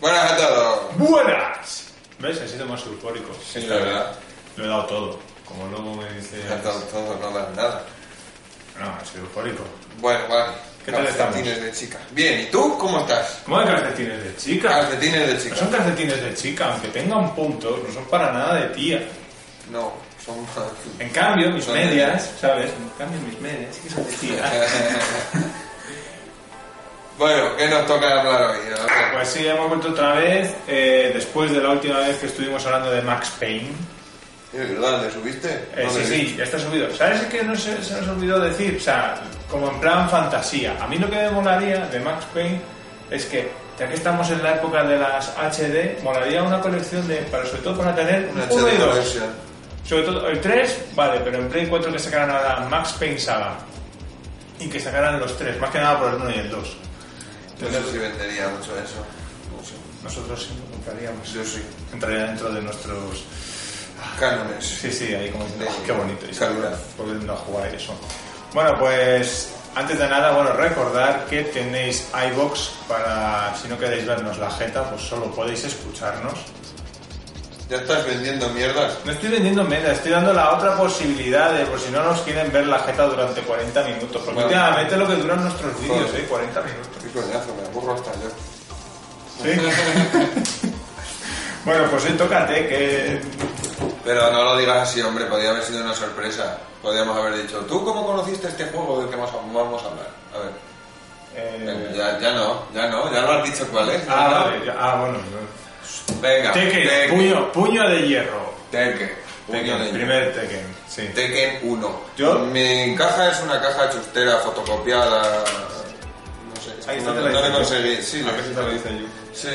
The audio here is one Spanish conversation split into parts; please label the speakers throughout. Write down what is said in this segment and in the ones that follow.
Speaker 1: Buenas a todos.
Speaker 2: ¡Buenas! ¿Ves? He sido más eufórico.
Speaker 1: Sí, la verdad.
Speaker 2: Lo he dado todo. Como luego me dice...
Speaker 1: A todos, todos, no das nada.
Speaker 2: No, he sido eufórico.
Speaker 1: Bueno, vale.
Speaker 2: ¿Qué tal estamos?
Speaker 1: Calcetines de chica. Bien, ¿y tú cómo estás?
Speaker 2: ¿Cómo hay calcetines Ah, de chica?
Speaker 1: Calcetines de
Speaker 2: No son
Speaker 1: chica.
Speaker 2: calcetines de chica, aunque tengan puntos, no son para nada de tía.
Speaker 1: No, son
Speaker 2: En cambio, mis
Speaker 1: Son-
Speaker 2: medias, ¿sabes? En cambio, mis medias sí que son de tía.
Speaker 1: Bueno, ¿qué nos toca hablar hoy? A ver.
Speaker 2: Pues sí, hemos vuelto otra vez, eh, después de la última vez que estuvimos hablando de Max Payne.
Speaker 1: Es verdad, ¿le subiste?
Speaker 2: Eh,
Speaker 1: No
Speaker 2: sí,
Speaker 1: le vi.
Speaker 2: sí, ya está subido. ¿Sabes qué no se, se nos olvidó decir? O sea, como en plan fantasía. A mí lo que me molaría de Max Payne es que, ya que estamos en la época de las HD, molaría una colección de, para, sobre todo para tener
Speaker 1: Una
Speaker 2: uno y
Speaker 1: HD
Speaker 2: dos.
Speaker 1: version.
Speaker 2: Sobre todo el 3, vale, pero en Play 4 que sacaran ahora Max Payne Saga. Y que sacaran los 3, más que nada por el 1 y el 2.
Speaker 1: No sé si vendería mucho eso. No sé.
Speaker 2: Nosotros sí lo compraríamos.
Speaker 1: Yo sí.
Speaker 2: Entraría dentro de nuestros...
Speaker 1: Cánones.
Speaker 2: Sí, sí, ahí como diciendo, "Ah,
Speaker 1: Sí.
Speaker 2: qué bonito. Y
Speaker 1: Calura.
Speaker 2: volviendo a jugar y eso. Bueno, pues antes de nada, bueno, recordar que tenéis iBox para, si no queréis vernos la jeta, pues solo podéis escucharnos.
Speaker 1: Ya estás vendiendo mierdas.
Speaker 2: No estoy vendiendo media, estoy dando la otra posibilidad de por si no nos quieren ver la jeta durante 40 minutos. Porque
Speaker 1: Bueno.
Speaker 2: últimamente lo que duran nuestros vídeos,
Speaker 1: Joder.
Speaker 2: ¿eh? 40 minutos.
Speaker 1: Qué coñazo, me aburro hasta yo.
Speaker 2: bueno, pues hoy tócate, que
Speaker 1: Pero no lo digas así, hombre, podría haber sido una sorpresa. Podríamos haber dicho, ¿tú cómo conociste este juego del que vamos a, vamos a hablar? A ver,
Speaker 2: eh,
Speaker 1: ya, ya no, ya no, ya lo has dicho cuál es.
Speaker 2: Ah,
Speaker 1: Ya no.
Speaker 2: vale, ya- ah, bueno. no.
Speaker 1: Venga,
Speaker 2: Tekken, puño, puño de hierro.
Speaker 1: Tekken, puño
Speaker 2: Tekken,
Speaker 1: de-
Speaker 2: primer Tekken, sí.
Speaker 1: Tekken 1.
Speaker 2: ¿Yo?
Speaker 1: Mi caja es una caja chustera, fotocopiada. No sé,
Speaker 2: Ahí está,
Speaker 1: no,
Speaker 2: te
Speaker 1: no
Speaker 2: la hice
Speaker 1: le
Speaker 2: yo. Ah,
Speaker 1: conseguí, sí,
Speaker 2: A
Speaker 1: lo
Speaker 2: ver si te lo hice yo.
Speaker 1: Sí,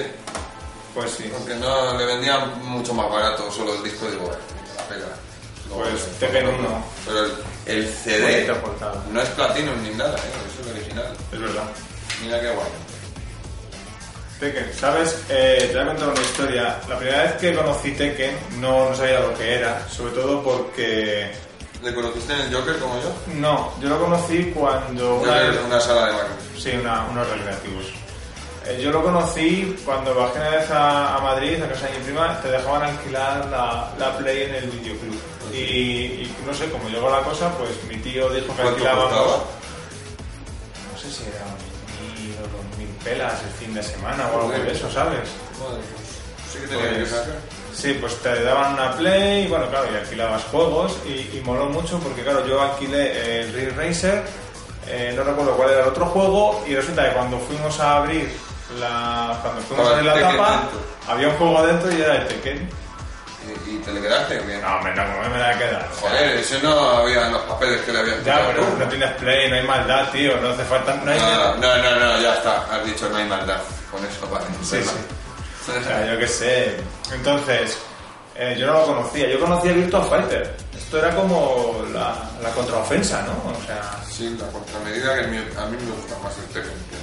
Speaker 2: Pues sí.
Speaker 1: porque no le vendían mucho más barato solo el disco, digo, "Bueno, la pega. Lo
Speaker 2: Pues
Speaker 1: voy a-
Speaker 2: Tekken 1.
Speaker 1: Pero el, el CD
Speaker 2: Bonita portada.
Speaker 1: no es Platinum ni nada, ¿eh? es el original.
Speaker 2: Es verdad.
Speaker 1: Mira qué guay.
Speaker 2: Tekken, ¿sabes? Eh, te voy a contar una historia. La primera vez que conocí Tekken no, no sabía lo que era, sobre todo porque...
Speaker 1: ¿Le conociste en el Joker como yo?
Speaker 2: No, yo lo conocí cuando... una
Speaker 1: Joker
Speaker 2: vez-
Speaker 1: en una sala de macros.
Speaker 2: Sí, una- unos recreativos. Eh, yo lo conocí cuando bajé una vez a, a Madrid, a casa de mi prima, te dejaban alquilar la, la Play en el videoclub. Y, y no sé, cómo llegó la cosa, pues mi tío dijo que
Speaker 1: ¿Cuánto
Speaker 2: alquilábamos...
Speaker 1: costaba?
Speaker 2: No sé si eran mil o dos mil pelas el fin de semana o algo de eso, ¿sabes?
Speaker 1: Madre, pues, sí que tenía que sacar.
Speaker 2: sí, pues te daban una play, y bueno, claro, y alquilabas juegos y, y moló mucho porque, claro, yo alquilé eh, el Real Racer, eh, no recuerdo cuál era el otro juego, y resulta que cuando fuimos a abrir la, cuando fuimos
Speaker 1: Estaba
Speaker 2: a abrir la
Speaker 1: el Tekken
Speaker 2: tapa,
Speaker 1: dentro.
Speaker 2: había un juego dentro y era el Tekken.
Speaker 1: ¿Y, y te le quedaste o qué?
Speaker 2: No, hombre, no, no me la he quedado.
Speaker 1: Joder, ese no había en los papeles que le habías
Speaker 2: Ya,
Speaker 1: tirado
Speaker 2: pero
Speaker 1: tú.
Speaker 2: no tienes play, no hay maldad, tío, no hace falta, no hay...
Speaker 1: No, no, no, no, ya está. Has dicho no hay maldad. Con eso vale.
Speaker 2: Sí,
Speaker 1: ¿verdad?
Speaker 2: sí. O sea, yo qué sé. Entonces, eh, yo no lo conocía. Yo conocía Virtua Fighter. Esto era como la, la contraofensa, ¿no? O sea,
Speaker 1: Sí, la contramedida que mi- a mí me gusta más el Tekken. que-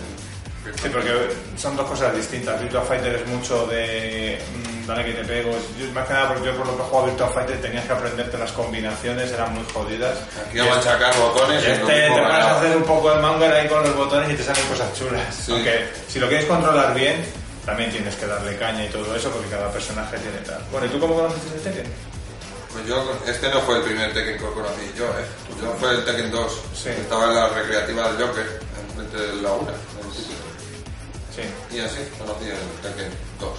Speaker 1: que-
Speaker 2: sí, porque son dos cosas distintas. Virtua Fighter es mucho de. mm, dale que te pego. Yo, más que nada, porque yo por lo que jugaba Virtua Fighter tenías que aprenderte las combinaciones, eran muy jodidas.
Speaker 1: Aquí a machacar botones
Speaker 2: Y
Speaker 1: y lo
Speaker 2: este
Speaker 1: mismo
Speaker 2: te vas
Speaker 1: ganaba.
Speaker 2: a hacer un poco de manga ahí con los botones y te salen cosas chulas.
Speaker 1: Sí.
Speaker 2: Aunque si lo quieres controlar bien, también tienes que darle caña y todo eso porque cada personaje tiene tal. Bueno, ¿y tú cómo conociste este el Tekken?
Speaker 1: Pues yo, este no fue el primer Tekken que conocí yo, ¿eh? Yo fue el Tekken 2.
Speaker 2: Sí.
Speaker 1: que Estaba en la recreativa del Joker, enfrente de la una. en el sitio.
Speaker 2: Sí.
Speaker 1: Y así conocí el Tekken Eh, 2.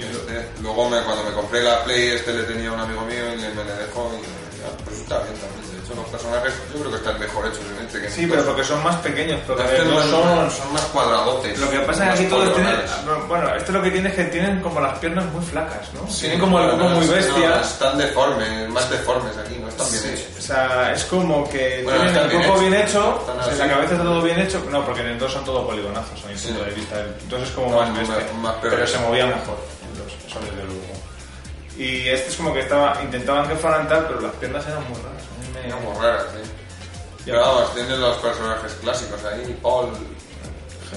Speaker 2: Y
Speaker 1: Este, luego me- cuando me compré la Play, este le tenía a un amigo mío y me le dejó y original. Pues está bien también. De hecho, los personajes yo creo que están mejor hechos en este que en
Speaker 2: Sí, pero
Speaker 1: estos.
Speaker 2: porque son más pequeños, porque
Speaker 1: Estos
Speaker 2: no
Speaker 1: más-
Speaker 2: son...
Speaker 1: son más cuadradotes.
Speaker 2: Lo que pasa
Speaker 1: más
Speaker 2: es que aquí todos tienen...
Speaker 1: poligonales.
Speaker 2: Bueno, esto lo que tiene es que tienen como las piernas muy flacas, ¿no?
Speaker 1: Sí,
Speaker 2: tienen como el
Speaker 1: no,
Speaker 2: cuerpo muy
Speaker 1: no,
Speaker 2: bestia.
Speaker 1: están deformes, más deformes aquí, no están bien hechos.
Speaker 2: O sea, es como que
Speaker 1: Bueno,
Speaker 2: tienen
Speaker 1: están
Speaker 2: el
Speaker 1: bien
Speaker 2: cuerpo bien
Speaker 1: hechos.
Speaker 2: hecho,
Speaker 1: Están
Speaker 2: en
Speaker 1: así.
Speaker 2: la cabeza está todo bien hecho. No, porque en el 2 son todo poligonazos, a mi
Speaker 1: Sí.
Speaker 2: punto de vista. El 2 es como
Speaker 1: No,
Speaker 2: más
Speaker 1: más-
Speaker 2: bestia,
Speaker 1: más peor.
Speaker 2: pero se movía mejor. El 2, eso desde luego. Y este es como que estaba, intentaban que fueran tal, pero las piernas eran muy raras. A mí me-
Speaker 1: Eran muy raras, sí.
Speaker 2: Ya.
Speaker 1: Pero vamos, tienen los personajes clásicos ahí, Paul,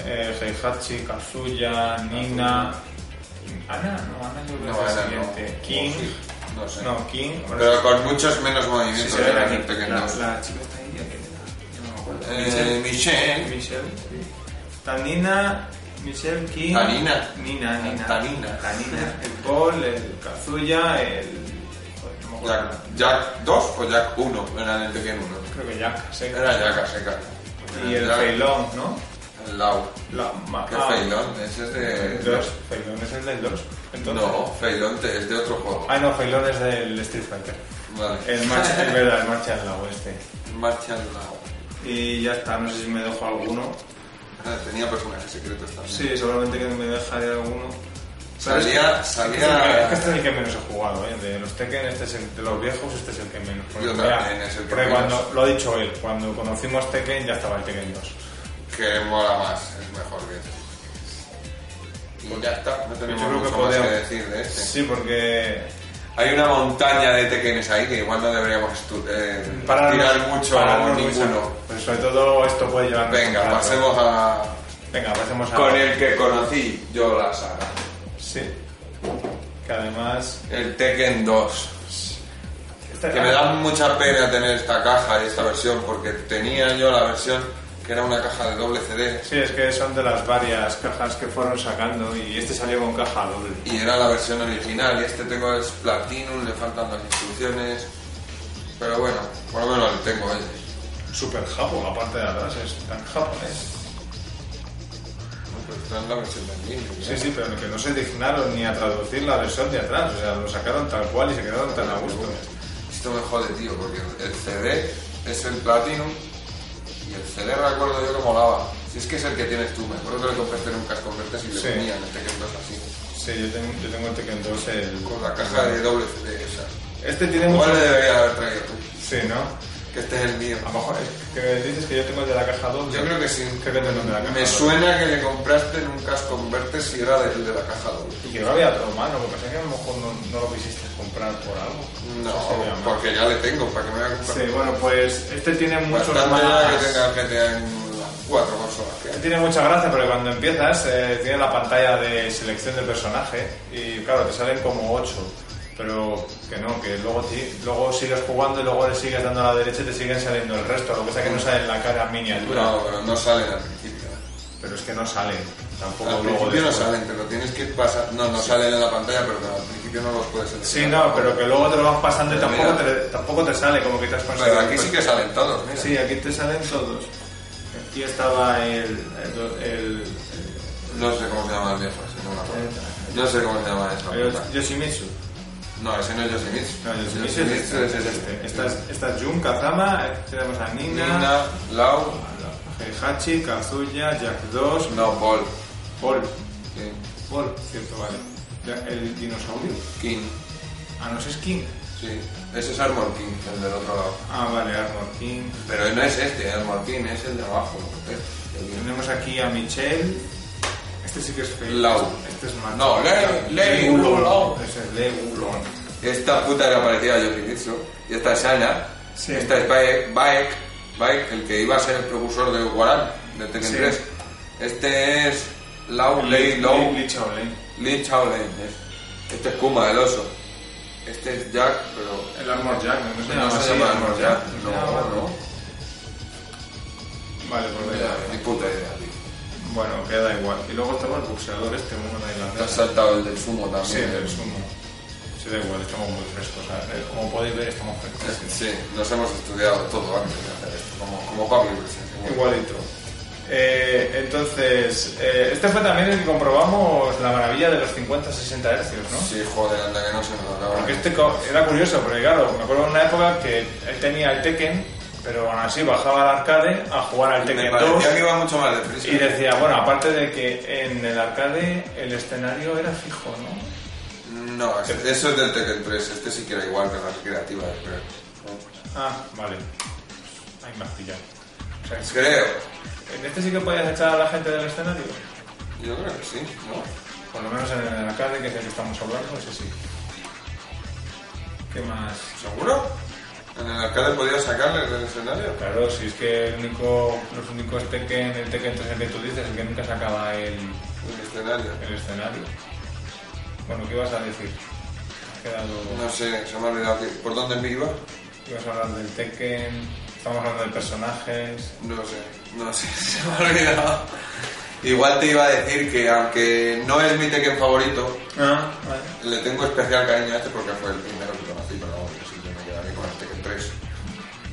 Speaker 2: Eh, Heihachi, Kazuya, Nina. Ana, no, Ana yo creo
Speaker 1: no,
Speaker 2: que es
Speaker 1: Ana,
Speaker 2: la
Speaker 1: no,
Speaker 2: siguiente.
Speaker 1: o
Speaker 2: King.
Speaker 1: sí, no sé.
Speaker 2: No, King. bueno,
Speaker 1: Pero con muchos menos
Speaker 2: sí,
Speaker 1: movimientos
Speaker 2: se ve
Speaker 1: en
Speaker 2: la,
Speaker 1: el
Speaker 2: que-
Speaker 1: pequeño.
Speaker 2: la, la chica está ahí, ya que yo no me acuerdo.
Speaker 1: Eh, Michelle,
Speaker 2: Michelle, sí. Tanina, Michelle King.
Speaker 1: Tanina.
Speaker 2: Nina, Nina.
Speaker 1: Tanina.
Speaker 2: Tanina. El Paul, el Kazuya, el. joder, no me acuerdo.
Speaker 1: Jack, Jack 2 o Jack 1 era en el pequeño 1.
Speaker 2: Creo que Jack, sí.
Speaker 1: Era Jack a seca.
Speaker 2: Y el
Speaker 1: Jack-
Speaker 2: Feilón, ¿no?
Speaker 1: El Lau.
Speaker 2: La ma-
Speaker 1: ¿Qué
Speaker 2: ah,
Speaker 1: Feilón? Ese es
Speaker 2: El
Speaker 1: de.
Speaker 2: 2. Feilón es el del 2.
Speaker 1: No, Feilón te- es de otro juego.
Speaker 2: Ah, no, Feilón es del Street Fighter.
Speaker 1: Vale.
Speaker 2: El marcha, es verdad, el marcha al lado este.
Speaker 1: Martial Lau.
Speaker 2: Y ya está, no sé si me dejo alguno.
Speaker 1: Ah, Tenía personajes secretos también.
Speaker 2: Sí, seguramente que me dejaré alguno.
Speaker 1: Salía,
Speaker 2: Es que- es que
Speaker 1: salía.
Speaker 2: este es el que menos he jugado, ¿eh? De los Tekken, este es el, de los viejos, este es el que menos. Porque,
Speaker 1: Yo también, es el que
Speaker 2: porque
Speaker 1: menos.
Speaker 2: cuando, lo ha dicho él, cuando conocimos Tekken ya estaba el Tekken 2.
Speaker 1: que mola más, es mejor que este. Y ya está, no tenemos
Speaker 2: Yo creo que
Speaker 1: mucho más que
Speaker 2: podríamos-
Speaker 1: decir de este.
Speaker 2: Sí, porque
Speaker 1: Hay una montaña de tequenes ahí que igual no deberíamos estu- eh,
Speaker 2: para
Speaker 1: tirar mucho a ninguno.
Speaker 2: Pero sobre todo esto puede llevar
Speaker 1: Venga, pasemos a...
Speaker 2: Venga, pasemos a...
Speaker 1: Con el que conocí yo la saga.
Speaker 2: Sí. Que además...
Speaker 1: El Tekken 2.
Speaker 2: este-
Speaker 1: Que me da mucha pena tener esta caja y esta versión porque tenía yo la versión que era una caja de doble CD
Speaker 2: Sí, es que son de las varias cajas que fueron sacando y este salió con caja doble.
Speaker 1: y era la versión original y este tengo es Platinum, le faltan las instrucciones. Pero bueno, por lo menos le tengo ese.
Speaker 2: Super japo, la parte de atrás es tan japonés.
Speaker 1: Pues está en la versión ¿eh? de aquí, ¿no?
Speaker 2: Sí, sí, pero que no se dignaron ni a traducir la versión de atrás, o sea, lo sacaron tal cual y se quedaron tan a gusto.
Speaker 1: Esto me jode, tío, porque el CD es el Platinum y el CD recuerdo yo que molaba. Si es que es el que tienes tú, me acuerdo que lo compraste en un casco verde y le este
Speaker 2: Sí.
Speaker 1: ponían el Tekken 2 así.
Speaker 2: Sí, yo tengo, yo tengo el Tekken 2 el...
Speaker 1: Con la caja de doble CD esa.
Speaker 2: Este tiene mucho...
Speaker 1: ¿Cuál le debería haber traído tú?
Speaker 2: Sí, ¿no?
Speaker 1: Que este es el mío.
Speaker 2: A lo mejor es que dices que yo tengo el de la caja 2.
Speaker 1: Yo creo que sí.
Speaker 2: Creo que tengo el de la caja
Speaker 1: Me
Speaker 2: doble.
Speaker 1: suena que le compraste en un casco converte si era del de la caja doble.
Speaker 2: Y que no había otro humano, lo que pasa es que a lo mejor no, no lo quisiste comprar por algo. Eso sería
Speaker 1: No,
Speaker 2: mal.
Speaker 1: porque ya le tengo, ¿para que me voy a comprar?
Speaker 2: Sí, bueno, pues este tiene muchos
Speaker 1: Bastante ya que
Speaker 2: más...
Speaker 1: tenga GTA en las cuatro consolas que hay.
Speaker 2: Tiene mucha gracia porque cuando empiezas eh, tiene la pantalla de selección de personaje y claro, te salen como 8, pero que no, que luego, ti- luego sigues jugando y luego le sigues dando a la derecha y te siguen saliendo el resto, lo que pasa es que no salen la cara miniatura,
Speaker 1: No, pero no salen al principio.
Speaker 2: pero es que no salen, tampoco
Speaker 1: Al
Speaker 2: luego
Speaker 1: principio no
Speaker 2: después.
Speaker 1: salen, te lo tienes que pasar. No, no salen en la pantalla, pero no, al principio no los puedes
Speaker 2: Sí,
Speaker 1: seleccionar.
Speaker 2: no, pero que luego te lo vas pasando y
Speaker 1: Pero
Speaker 2: tampoco te,
Speaker 1: mira.
Speaker 2: tampoco te sale como que te has pasado.
Speaker 1: Pero aquí sí que salen todos, mira.
Speaker 2: Sí, aquí te salen todos. Aquí estaba el- el- el- el
Speaker 1: No sé cómo se llama el viejo, ese no me acuerdo.
Speaker 2: Eh.
Speaker 1: No sé cómo se llama esa
Speaker 2: el
Speaker 1: puta.
Speaker 2: Yoshimitsu.
Speaker 1: No, ese no es Yosemite.
Speaker 2: No, el Smith es
Speaker 1: Yosemite
Speaker 2: este, es este. Esta es, esta es Jun, Kazama, eh, tenemos a Nina,
Speaker 1: Nina, Lau,
Speaker 2: Heihachi, Kazuya, Jack 2,
Speaker 1: no, Paul.
Speaker 2: Paul.
Speaker 1: Sí.
Speaker 2: Paul, cierto, vale. Ya- El dinosaurio.
Speaker 1: King.
Speaker 2: Ah, no, ese es King.
Speaker 1: Sí. Ese es Armor King, el del otro lado.
Speaker 2: Ah, vale, Armor King.
Speaker 1: Pero no es este, Armor King, es el de abajo. este, el de-
Speaker 2: Tenemos aquí a Michelle. Este sí que es feo.
Speaker 1: Lau.
Speaker 2: Este es Matt.
Speaker 1: No, Le- Le- Ulon.
Speaker 2: Ese es Le Ulon.
Speaker 1: Esta puta era parecida a Yoshimitsu. Y esta es Ana.
Speaker 2: Sí.
Speaker 1: Esta es Baek, Baek, Baek, el que iba a ser el precursor de Waran, de Tekken
Speaker 2: Sí.
Speaker 1: 3. Este es Lau Lei
Speaker 2: Lau.
Speaker 1: Lou
Speaker 2: Lee Chaolin.
Speaker 1: Li Chaolin. es. Este es Kuma, el oso. Este es Jack, pero.
Speaker 2: El Armor Jack, no sé
Speaker 1: No se llama Armor Jack. No, no.
Speaker 2: Vale, pues venga.
Speaker 1: Ni puta idea, tío.
Speaker 2: Bueno, queda igual. Y luego estaba el boxeador este, uno
Speaker 1: Te has
Speaker 2: tailandés.
Speaker 1: saltado el del sumo
Speaker 2: Sí,
Speaker 1: también.
Speaker 2: el sumo. Sí, da igual, estamos muy frescos. o sea, eh, Como podéis ver, estamos frescos.
Speaker 1: pues, ¿eh? Sí, nos hemos estudiado todo antes de hacer esto, como, como Pablo Iglesias.
Speaker 2: Igualito. Eh, entonces, eh, este fue también el que comprobamos la maravilla de los 50-60 hercios, ¿no?
Speaker 1: Sí, joder, anda que no se nos acaba.
Speaker 2: Porque este co- era curioso, porque claro, me acuerdo de una época que él tenía el Tekken, pero aún así bajaba al arcade a jugar al
Speaker 1: Me
Speaker 2: Tekken 2
Speaker 1: parecía que iba mucho más deprisa.
Speaker 2: y decía, bueno, aparte de que en el arcade el escenario era fijo, ¿no?
Speaker 1: No, es- eso es del Tekken 3. Este sí que era igual que la recreativa, creo.
Speaker 2: Ah, vale. Ahí me has pillado. O sea, es-
Speaker 1: Creo.
Speaker 2: ¿En este sí que podías echar a la gente del escenario?
Speaker 1: Yo creo que sí, ¿no?
Speaker 2: Por lo menos en el arcade, que es el que estamos hablando, ese sí. ¿Qué más?
Speaker 1: ¿Seguro? ¿En el arcade podía sacarle del escenario?
Speaker 2: Claro, si es que el único, los únicos Tekken, el Tekken 3 el que tú dices, el que nunca sacaba el,
Speaker 1: Del escenario.
Speaker 2: el escenario. Bueno, ¿qué ibas a decir? Has quedado...
Speaker 1: No sé, se me ha olvidado que- por dónde me iba.
Speaker 2: Ibas a hablar del Tekken, estamos hablando de personajes...
Speaker 1: No sé, no sé, se me ha olvidado. Igual te iba a decir que aunque no es mi Tekken favorito,
Speaker 2: Ah, vale.
Speaker 1: le tengo especial cariño a este porque fue el primero que conocí, pero vamos, yo sí que me quedaré con el Tekken 3.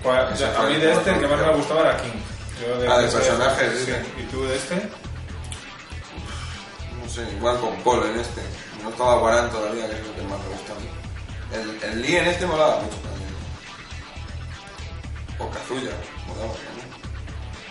Speaker 2: ¿Cuál-
Speaker 1: Ese
Speaker 2: ya, a
Speaker 1: fue
Speaker 2: mí
Speaker 1: el
Speaker 2: de este el que más
Speaker 1: cuarto.
Speaker 2: me gustaba era King. Yo
Speaker 1: Ah, de
Speaker 2: ese-
Speaker 1: personajes,
Speaker 2: sí.
Speaker 1: dice.
Speaker 2: ¿Y tú de este?
Speaker 1: No sé, igual con Paul en este. No estaba Guarán todavía, que es lo que más me gusta a mí. El, el Lee en este molaba mucho también. O Kazuya, molaba también.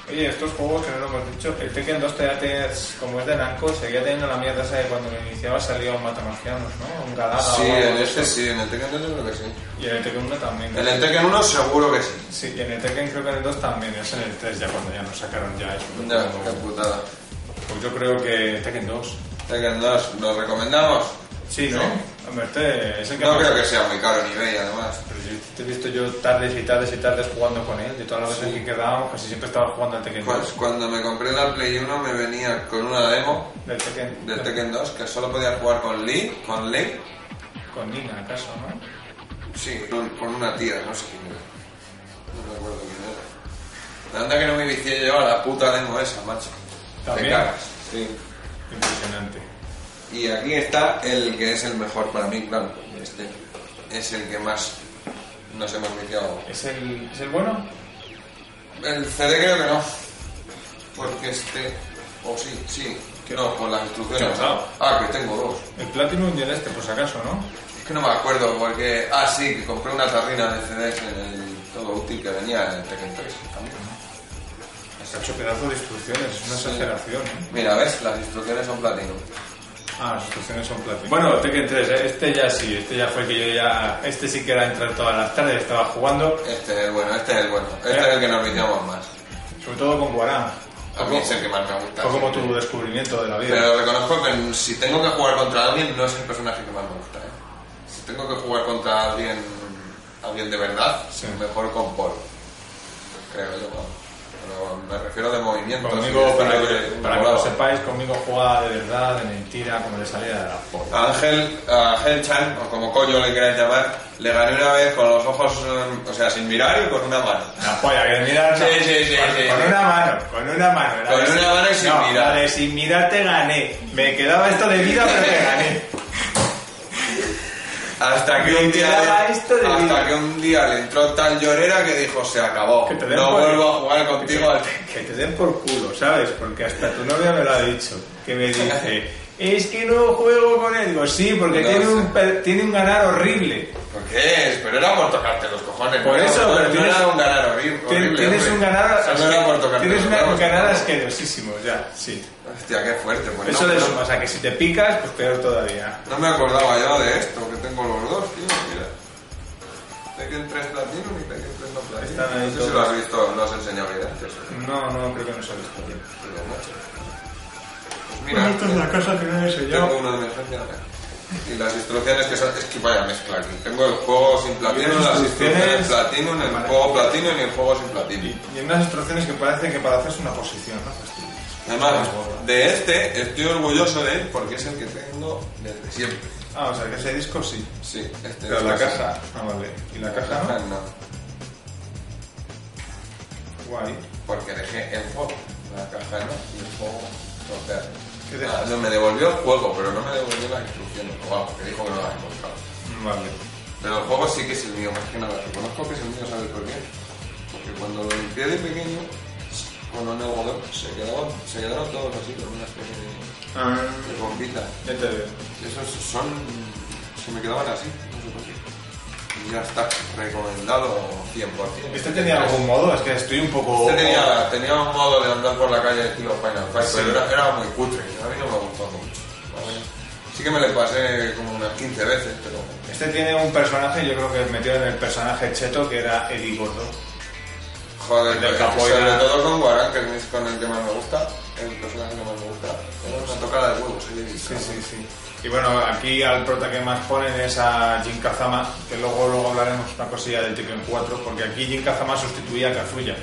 Speaker 2: Oye, estos juegos que no lo hemos dicho, el Tekken 2 te como es de Namco, seguía teniendo la mierda esa de cuando lo iniciaba salía un matamarcianos, ¿no? Un Galaga
Speaker 1: Sí,
Speaker 2: o algo
Speaker 1: en
Speaker 2: de
Speaker 1: este
Speaker 2: eso.
Speaker 1: sí, en el Tekken 2 yo creo que sí.
Speaker 2: Y en el Tekken 1 también.
Speaker 1: En el Tekken 1 seguro que sí.
Speaker 2: Sí, y en el Tekken creo que en el 2 también, es en el 3 ya cuando ya nos sacaron ya eso.
Speaker 1: Ya, qué putada.
Speaker 2: Pues yo creo que Tekken 2.
Speaker 1: Tekken 2, ¿lo recomendamos?
Speaker 2: Sí, ¿no? Hombre, este es el que
Speaker 1: No
Speaker 2: más-
Speaker 1: creo que sea muy caro en eBay, además.
Speaker 2: Pero yo te he visto yo tardes y tardes y tardes jugando con él, de todas las veces que quedábamos, casi siempre estaba jugando al Tekken 2.
Speaker 1: Pues cuando me compré la Play 1 me venía con una demo
Speaker 2: Del Tekken,
Speaker 1: del Tekken 2 que solo podía jugar con Lee, con Lee,
Speaker 2: Con Nina, ¿acaso, no?
Speaker 1: sí, con con una tía, no sé quién era. No recuerdo quién era. La anda que no me vicié yo a la puta demo esa, macho.
Speaker 2: También.
Speaker 1: Te cagas. Sí.
Speaker 2: Impresionante.
Speaker 1: Y aquí está el que es el mejor para mí, claro. Este es el que más nos hemos viciado.
Speaker 2: ¿Es el, ¿Es el bueno?
Speaker 1: El CD creo que no. Porque este. O sí, sí. Que no, con las instrucciones.
Speaker 2: ¿Qué ha pasado?
Speaker 1: Ah, que tengo dos.
Speaker 2: El Platinum y el este, por si acaso, ¿no?
Speaker 1: Es que no me acuerdo porque. Ah, sí, que compré una tarrina de CDs en el todo útil que venía en el Tekken 3 también.
Speaker 2: Has hecho pedazos de instrucciones, es una exageración, ¿eh?
Speaker 1: Mira, ¿ves? Las instrucciones son platino.
Speaker 2: Ah, las instrucciones son Platinum. Bueno, Tekken 3, ¿eh? este ya sí, este ya fue que yo ya... Este sí que era entrar todas las tardes, estaba jugando,
Speaker 1: Este es el bueno, este es el bueno. Este
Speaker 2: ¿Eh?
Speaker 1: es el que nos viciamos más.
Speaker 2: sobre todo con Guarán.
Speaker 1: A mí es el que más me gusta.
Speaker 2: Fue como
Speaker 1: sí.
Speaker 2: tu descubrimiento de la vida.
Speaker 1: Pero reconozco que si tengo que jugar contra alguien, no es el personaje que más me gusta. ¿eh? Si tengo que jugar contra alguien, alguien de verdad,
Speaker 2: Sí.
Speaker 1: mejor con Paul. Creo yo, vamos. Pero me refiero de movimientos. y
Speaker 2: Conmigo,
Speaker 1: de
Speaker 2: para
Speaker 1: estar
Speaker 2: que,
Speaker 1: de-
Speaker 2: para que lo
Speaker 1: volado.
Speaker 2: sepáis, conmigo jugaba de verdad, de mentira, como le salía de la foto.
Speaker 1: A Ángel, a Ángel Chan, o como coño le queráis llamar, le gané una vez con los ojos, eh, o sea, sin mirar y con una mano.
Speaker 2: La polla, que mirar.
Speaker 1: Sí, sí, sí,
Speaker 2: Con,
Speaker 1: sí,
Speaker 2: con
Speaker 1: sí.
Speaker 2: una mano, con una mano. La
Speaker 1: Con
Speaker 2: de-
Speaker 1: una mano y sin
Speaker 2: no,
Speaker 1: mirar.
Speaker 2: La de sin mirar te gané. Me quedaba esto de vida, pero te gané.
Speaker 1: Hasta que
Speaker 2: Me
Speaker 1: un día
Speaker 2: quedaba
Speaker 1: le,
Speaker 2: esto de vida.
Speaker 1: hasta que un día le entró tal llorera que dijo, se acabó.
Speaker 2: Que te den
Speaker 1: No
Speaker 2: por-
Speaker 1: vuelvo a jugar contigo al
Speaker 2: Que te den por culo, ¿sabes? Porque hasta tu novia me lo ha dicho. Que me dice, es que no juego con él. Digo, sí, porque
Speaker 1: No
Speaker 2: tiene,
Speaker 1: sé.
Speaker 2: un, per- tiene un ganar horrible.
Speaker 1: ¿Por qué? Pero era por tocarte los cojones.
Speaker 2: Por
Speaker 1: no,
Speaker 2: eso,
Speaker 1: no,
Speaker 2: pero
Speaker 1: no
Speaker 2: tienes-
Speaker 1: era un ganar horrible.
Speaker 2: Tien- tienes
Speaker 1: hombre.
Speaker 2: un ganar
Speaker 1: O sea, no era por
Speaker 2: asqueroso.
Speaker 1: tocarte
Speaker 2: Tienes
Speaker 1: los
Speaker 2: un
Speaker 1: cojones.
Speaker 2: ganar asquerosísimo, ya, sí.
Speaker 1: Hostia, qué fuerte. pues
Speaker 2: Eso
Speaker 1: no,
Speaker 2: le
Speaker 1: no-
Speaker 2: sumas a que si te picas, pues peor todavía.
Speaker 1: No me acordaba yo de esto, que tengo los dos, tío. Mira. Tekken 3 Platinum y Tekken 3 no
Speaker 2: Están
Speaker 1: Platinum.
Speaker 2: ahí
Speaker 1: No sé si
Speaker 2: todos.
Speaker 1: lo has visto, lo has enseñado bien antes. ¿eh?
Speaker 2: No, no, creo que no se ha visto bien.
Speaker 1: Pero, macho. Pues mira,
Speaker 2: cosa que no he
Speaker 1: tengo una emergencia. Y las instrucciones que son... Es que vaya mezcla aquí. Tengo el juego sin platino,
Speaker 2: las
Speaker 1: las instrucciones
Speaker 2: instrucciones-
Speaker 1: platino, el
Speaker 2: Vale.
Speaker 1: juego platino y el juego sin platino.
Speaker 2: Y en unas instrucciones que parece que para hacerse una posición, ¿no? Fastidias.
Speaker 1: Además, de este estoy orgulloso de él porque es el que tengo desde siempre.
Speaker 2: Ah, o sea, que ese disco sí.
Speaker 1: Sí, este
Speaker 2: Pero
Speaker 1: es
Speaker 2: la
Speaker 1: así.
Speaker 2: caja. Ah, vale. ¿Y la caja no?
Speaker 1: no,
Speaker 2: Guay.
Speaker 1: porque dejé el juego. La caja no y el juego. O sea,
Speaker 2: ¿Qué dejas?
Speaker 1: ah, no, me devolvió el juego, pero no me devolvió las instrucciones. O algo, que dijo que no las encontraba.
Speaker 2: Vale.
Speaker 1: Pero el juego sí que es el mío, más que nada. Reconozco que es el mío, ¿sabes por qué? Porque cuando lo limpié de pequeño, con un algodón. Se quedaron, se quedaron todos así con una especie de,
Speaker 2: Ah,
Speaker 1: de bombita.
Speaker 2: ya te veo.
Speaker 1: Esos son. se me quedaban así, no sé por qué. Y ya está, recomendado 100%.
Speaker 2: ¿Este tenía algún modo? Es que estoy un poco...
Speaker 1: Este tenía, tenía un modo de andar por la calle estilo Final Fight,
Speaker 2: Sí.
Speaker 1: pero era, era muy cutre. A mí no me gustó mucho. ¿vale? Sí que me le pasé como unas 15 veces, pero.
Speaker 2: Este tiene un personaje, yo creo que metió en el personaje cheto, que era Eddie Gordo.
Speaker 1: Joder,
Speaker 2: El del
Speaker 1: pero
Speaker 2: capoeira.
Speaker 1: sobre todo con Guarán, que es con el que más me gusta, el personaje que más me gusta. Era una tocada de huevos, sí,
Speaker 2: Sí, sí, sí. Y bueno, aquí al prota que más ponen es a Jin Kazama, que luego, luego hablaremos una cosilla del Tekken 4, porque aquí Jin Kazama sustituía a Kazuya.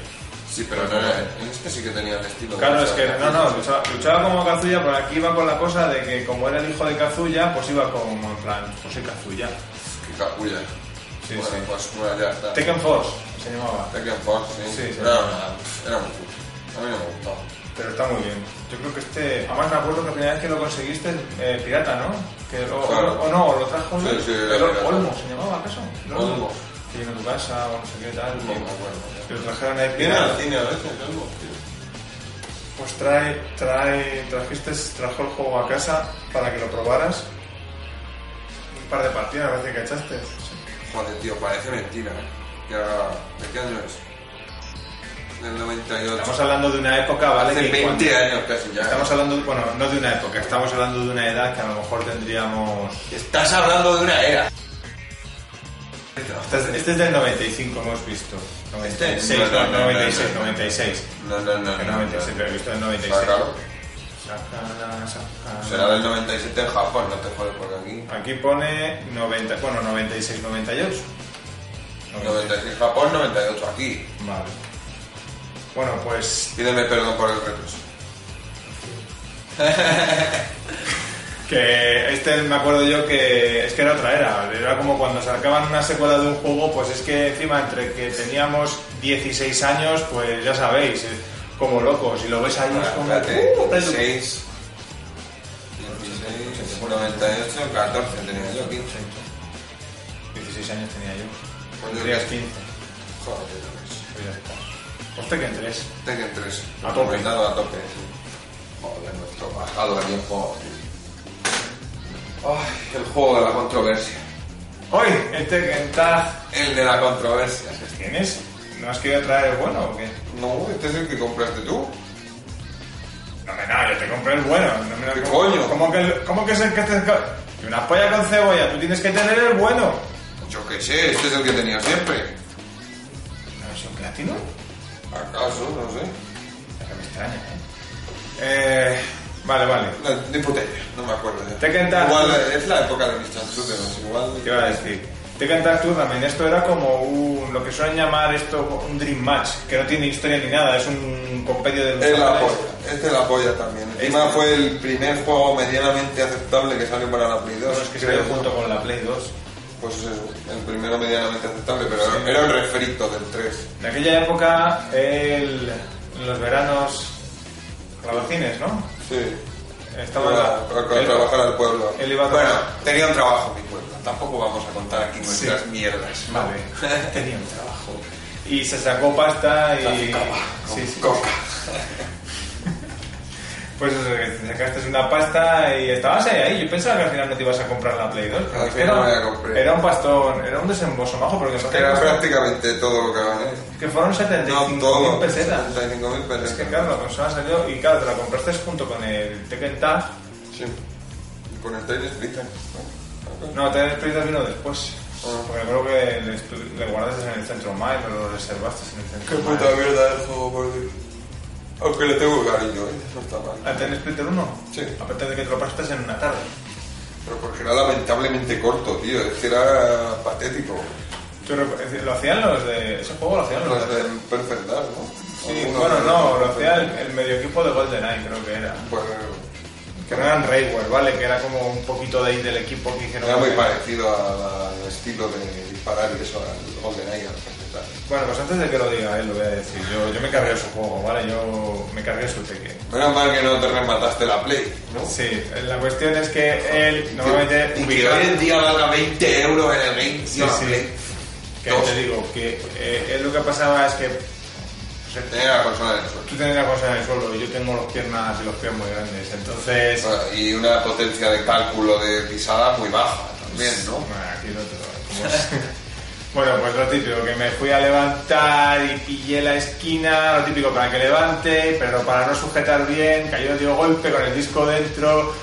Speaker 1: Sí, pero no era, en este sí que tenía el estilo.
Speaker 2: Claro,
Speaker 1: de-
Speaker 2: es que no, no, luchaba, luchaba como Kazuya, pero aquí iba con la cosa de que como era el hijo de Kazuya, pues iba como en plan, pues soy Kazuya.
Speaker 1: Que capulla.
Speaker 2: Sí,
Speaker 1: bueno,
Speaker 2: sí.
Speaker 1: pues bueno, ya está.
Speaker 2: Tekken Force se llamaba,
Speaker 1: Tekken Fox, sí.
Speaker 2: Sí, sí.
Speaker 1: Era, una- era muy cool. A mí no me gustaba.
Speaker 2: pero está muy bien. Yo creo que este, además me acuerdo que la primera vez que lo conseguiste, eh, pirata, ¿no? Que lo-
Speaker 1: Claro.
Speaker 2: o, no, o lo trajo un...
Speaker 1: Sí, sí, era
Speaker 2: el
Speaker 1: pirata.
Speaker 2: Olmo, ¿se llamaba acaso? El
Speaker 1: Olmo.
Speaker 2: Que vino a tu casa, o no sé qué tal.
Speaker 1: No me acuerdo.
Speaker 2: Que lo trajeron ahí
Speaker 1: Viene
Speaker 2: pirata.
Speaker 1: al cine a veces, algo, tío.
Speaker 2: Pues trae, trae, trajiste, trajo el juego a casa para que lo probaras. Un par de partidas parece que echaste.
Speaker 1: Joder, tío, parece mentira, ¿eh? Que ahora- ¿De qué año es? Del 98.
Speaker 2: Estamos hablando de una época, ¿vale?
Speaker 1: Hace
Speaker 2: Que
Speaker 1: 20
Speaker 2: cuando-
Speaker 1: años casi ya.
Speaker 2: Estamos hablando, bueno, no de una época, estamos hablando de una edad que a lo mejor tendríamos...
Speaker 1: Estás hablando de una era.
Speaker 2: Este es, este es del 95, hemos visto. 96,
Speaker 1: Este, no, no, no,
Speaker 2: 96,
Speaker 1: no, no.
Speaker 2: 96.
Speaker 1: No, no, no.
Speaker 2: Que
Speaker 1: no,
Speaker 2: 96, pero he visto el
Speaker 1: no.
Speaker 2: 96.
Speaker 1: Sácalo.
Speaker 2: Sácala, sácala.
Speaker 1: Será del 97 en Japón, no te jodes porque aquí.
Speaker 2: Aquí pone 90, bueno, 96, 98.
Speaker 1: 96 en Japón, 98 aquí.
Speaker 2: Vale. Bueno, pues
Speaker 1: Pídeme perdón por el retraso.
Speaker 2: que este me acuerdo yo que es que era otra era. Era como cuando sacaban una secuela de un juego, pues es que encima entre que teníamos 16 años, pues ya sabéis, eh, como locos. Y lo ves ahí, es
Speaker 1: Ahora,
Speaker 2: como...
Speaker 1: Espérate,
Speaker 2: ¡Uh!
Speaker 1: 6. 16, 98, 14, tenía yo 15.
Speaker 2: 16 años tenía yo.
Speaker 1: Pues yo
Speaker 2: Tendrías
Speaker 1: que-
Speaker 2: 15.
Speaker 1: Joder, no
Speaker 2: Pues ya está. Pues Tekken 3.
Speaker 1: ves. Tekken 3.
Speaker 2: A tope.
Speaker 1: Recomendado a tope. sí. Joder, nuestro bajado a tiempo. Ay, el juego de la controversia.
Speaker 2: ¡Hoy! El Tekken Tag.
Speaker 1: El de la controversia.
Speaker 2: Este ¿Tienes? ¿No has querido traer el bueno o qué?
Speaker 1: No, este es el que compraste tú.
Speaker 2: No, me no, yo te compré el bueno. No, me lo-
Speaker 1: ¿Qué coño?
Speaker 2: ¿Cómo que, el- ¿Cómo que es el que te... Y una polla con cebolla, tú tienes que tener el bueno.
Speaker 1: Yo qué sé, este es el que tenía siempre.
Speaker 2: ¿No es un platino?
Speaker 1: ¿Acaso? No sé.
Speaker 2: Que me extraña, ¿eh? Eh, Vale, vale.
Speaker 1: No, ni puta idea, no me acuerdo ya.
Speaker 2: Tekken Tag.
Speaker 1: Igual eh, es la época de mis chanzuteos, igual.
Speaker 2: ¿Qué iba a decir? Tekken Tag Tournament, esto era como un, lo que suelen llamar esto un Dream Match, que no tiene historia ni nada, es un compendio de
Speaker 1: Es la
Speaker 2: luchadores.
Speaker 1: polla, este la polla también. Encima
Speaker 2: Este.
Speaker 1: fue el primer juego medianamente aceptable que salió para la Play 2.
Speaker 2: Bueno, es que
Speaker 1: creo.
Speaker 2: salió junto con la Play 2.
Speaker 1: Pues es eso, el primero medianamente aceptable, pero era el refrito del 3.
Speaker 2: En aquella época, el, en los veranos, clavacines, ¿no?
Speaker 1: Sí.
Speaker 2: Estaba
Speaker 1: Para, para- para
Speaker 2: el-
Speaker 1: trabajar al pueblo.
Speaker 2: él iba a
Speaker 1: bueno,
Speaker 2: trabajar.
Speaker 1: tenía un trabajo mi pueblo. Tampoco vamos a contar aquí nuestras mierdas.
Speaker 2: Vale, tenía un trabajo. Y se sacó pasta y...
Speaker 1: Con
Speaker 2: Sí, sí.
Speaker 1: coca.
Speaker 2: Pues eso, que te sacaste una pasta y estabas ahí, ahí. Yo pensaba que al final no te ibas a comprar la Play 2. porque
Speaker 1: Al
Speaker 2: es que
Speaker 1: final
Speaker 2: era-
Speaker 1: me la compré.
Speaker 2: Era un pastón, era un desembolso majo, porque nos
Speaker 1: Era
Speaker 2: hacían-
Speaker 1: prácticamente todo lo que ¿eh? gané.
Speaker 2: Que fueron 75.000
Speaker 1: No, todo.
Speaker 2: pesetas.
Speaker 1: 35.000 pesetas.
Speaker 2: Es que claro, la consola salió y claro, te la compraste junto con el Tekken Tag.
Speaker 1: Sí. Y con el Tiny Splitter.
Speaker 2: No, Tekken Tag vino después.
Speaker 1: Ah.
Speaker 2: Porque creo que le, estu- le guardaste en el centro Mile o lo reservaste en el
Speaker 1: Qué
Speaker 2: centro
Speaker 1: puta
Speaker 2: Mile.
Speaker 1: mierda el juego, por Dios. Aunque le tengo cariño, ¿eh? No está mal.
Speaker 2: ¿Al Tekken Splitter 1?
Speaker 1: Sí.
Speaker 2: Aparte de que te lo pasaste en una tarde.
Speaker 1: Pero porque era lamentablemente corto, tío. Es que era patético.
Speaker 2: Yo recu- es decir, lo hacían los de... Ese juego lo hacían los
Speaker 1: Los
Speaker 2: de...
Speaker 1: de Perfect Dark, ¿no?
Speaker 2: Sí,
Speaker 1: Algunos
Speaker 2: bueno,
Speaker 1: de-
Speaker 2: no, lo hacía el, el medio equipo de GoldenEye, creo que era.
Speaker 1: Pues
Speaker 2: Que no eran Rayware, ¿vale? Que era como un poquito de ahí del equipo que hicieron.
Speaker 1: era muy parecido a- al estilo de disparar y eso, al GoldenEye, al Perfect Dark.
Speaker 2: Bueno, pues antes de que lo diga él, lo voy a decir. Yo, yo me cargué su juego, ¿vale? Yo me cargué su teque.
Speaker 1: Menos mal que no te remataste la Play, ¿no?
Speaker 2: Sí, la cuestión es que él normalmente
Speaker 1: Y que
Speaker 2: ubica-
Speaker 1: hoy en día gana 20 euros en el game.
Speaker 2: Sí,
Speaker 1: no,
Speaker 2: sí.
Speaker 1: Play.
Speaker 2: Que
Speaker 1: Dos.
Speaker 2: te digo, que eh, él lo que pasaba es que 60.
Speaker 1: Tenía la consola del suelo.
Speaker 2: Tú tienes la cosa en el suelo y yo tengo las piernas y los pies muy grandes. Entonces,
Speaker 1: Y una potencia de cálculo de pisada muy baja también, ¿no?
Speaker 2: Bueno, aquí no te lo- como es. Bueno, pues lo típico, que me fui a levantar y pillé la esquina, lo típico para que levante, pero para no sujetar bien, cayó de golpe con el disco dentro.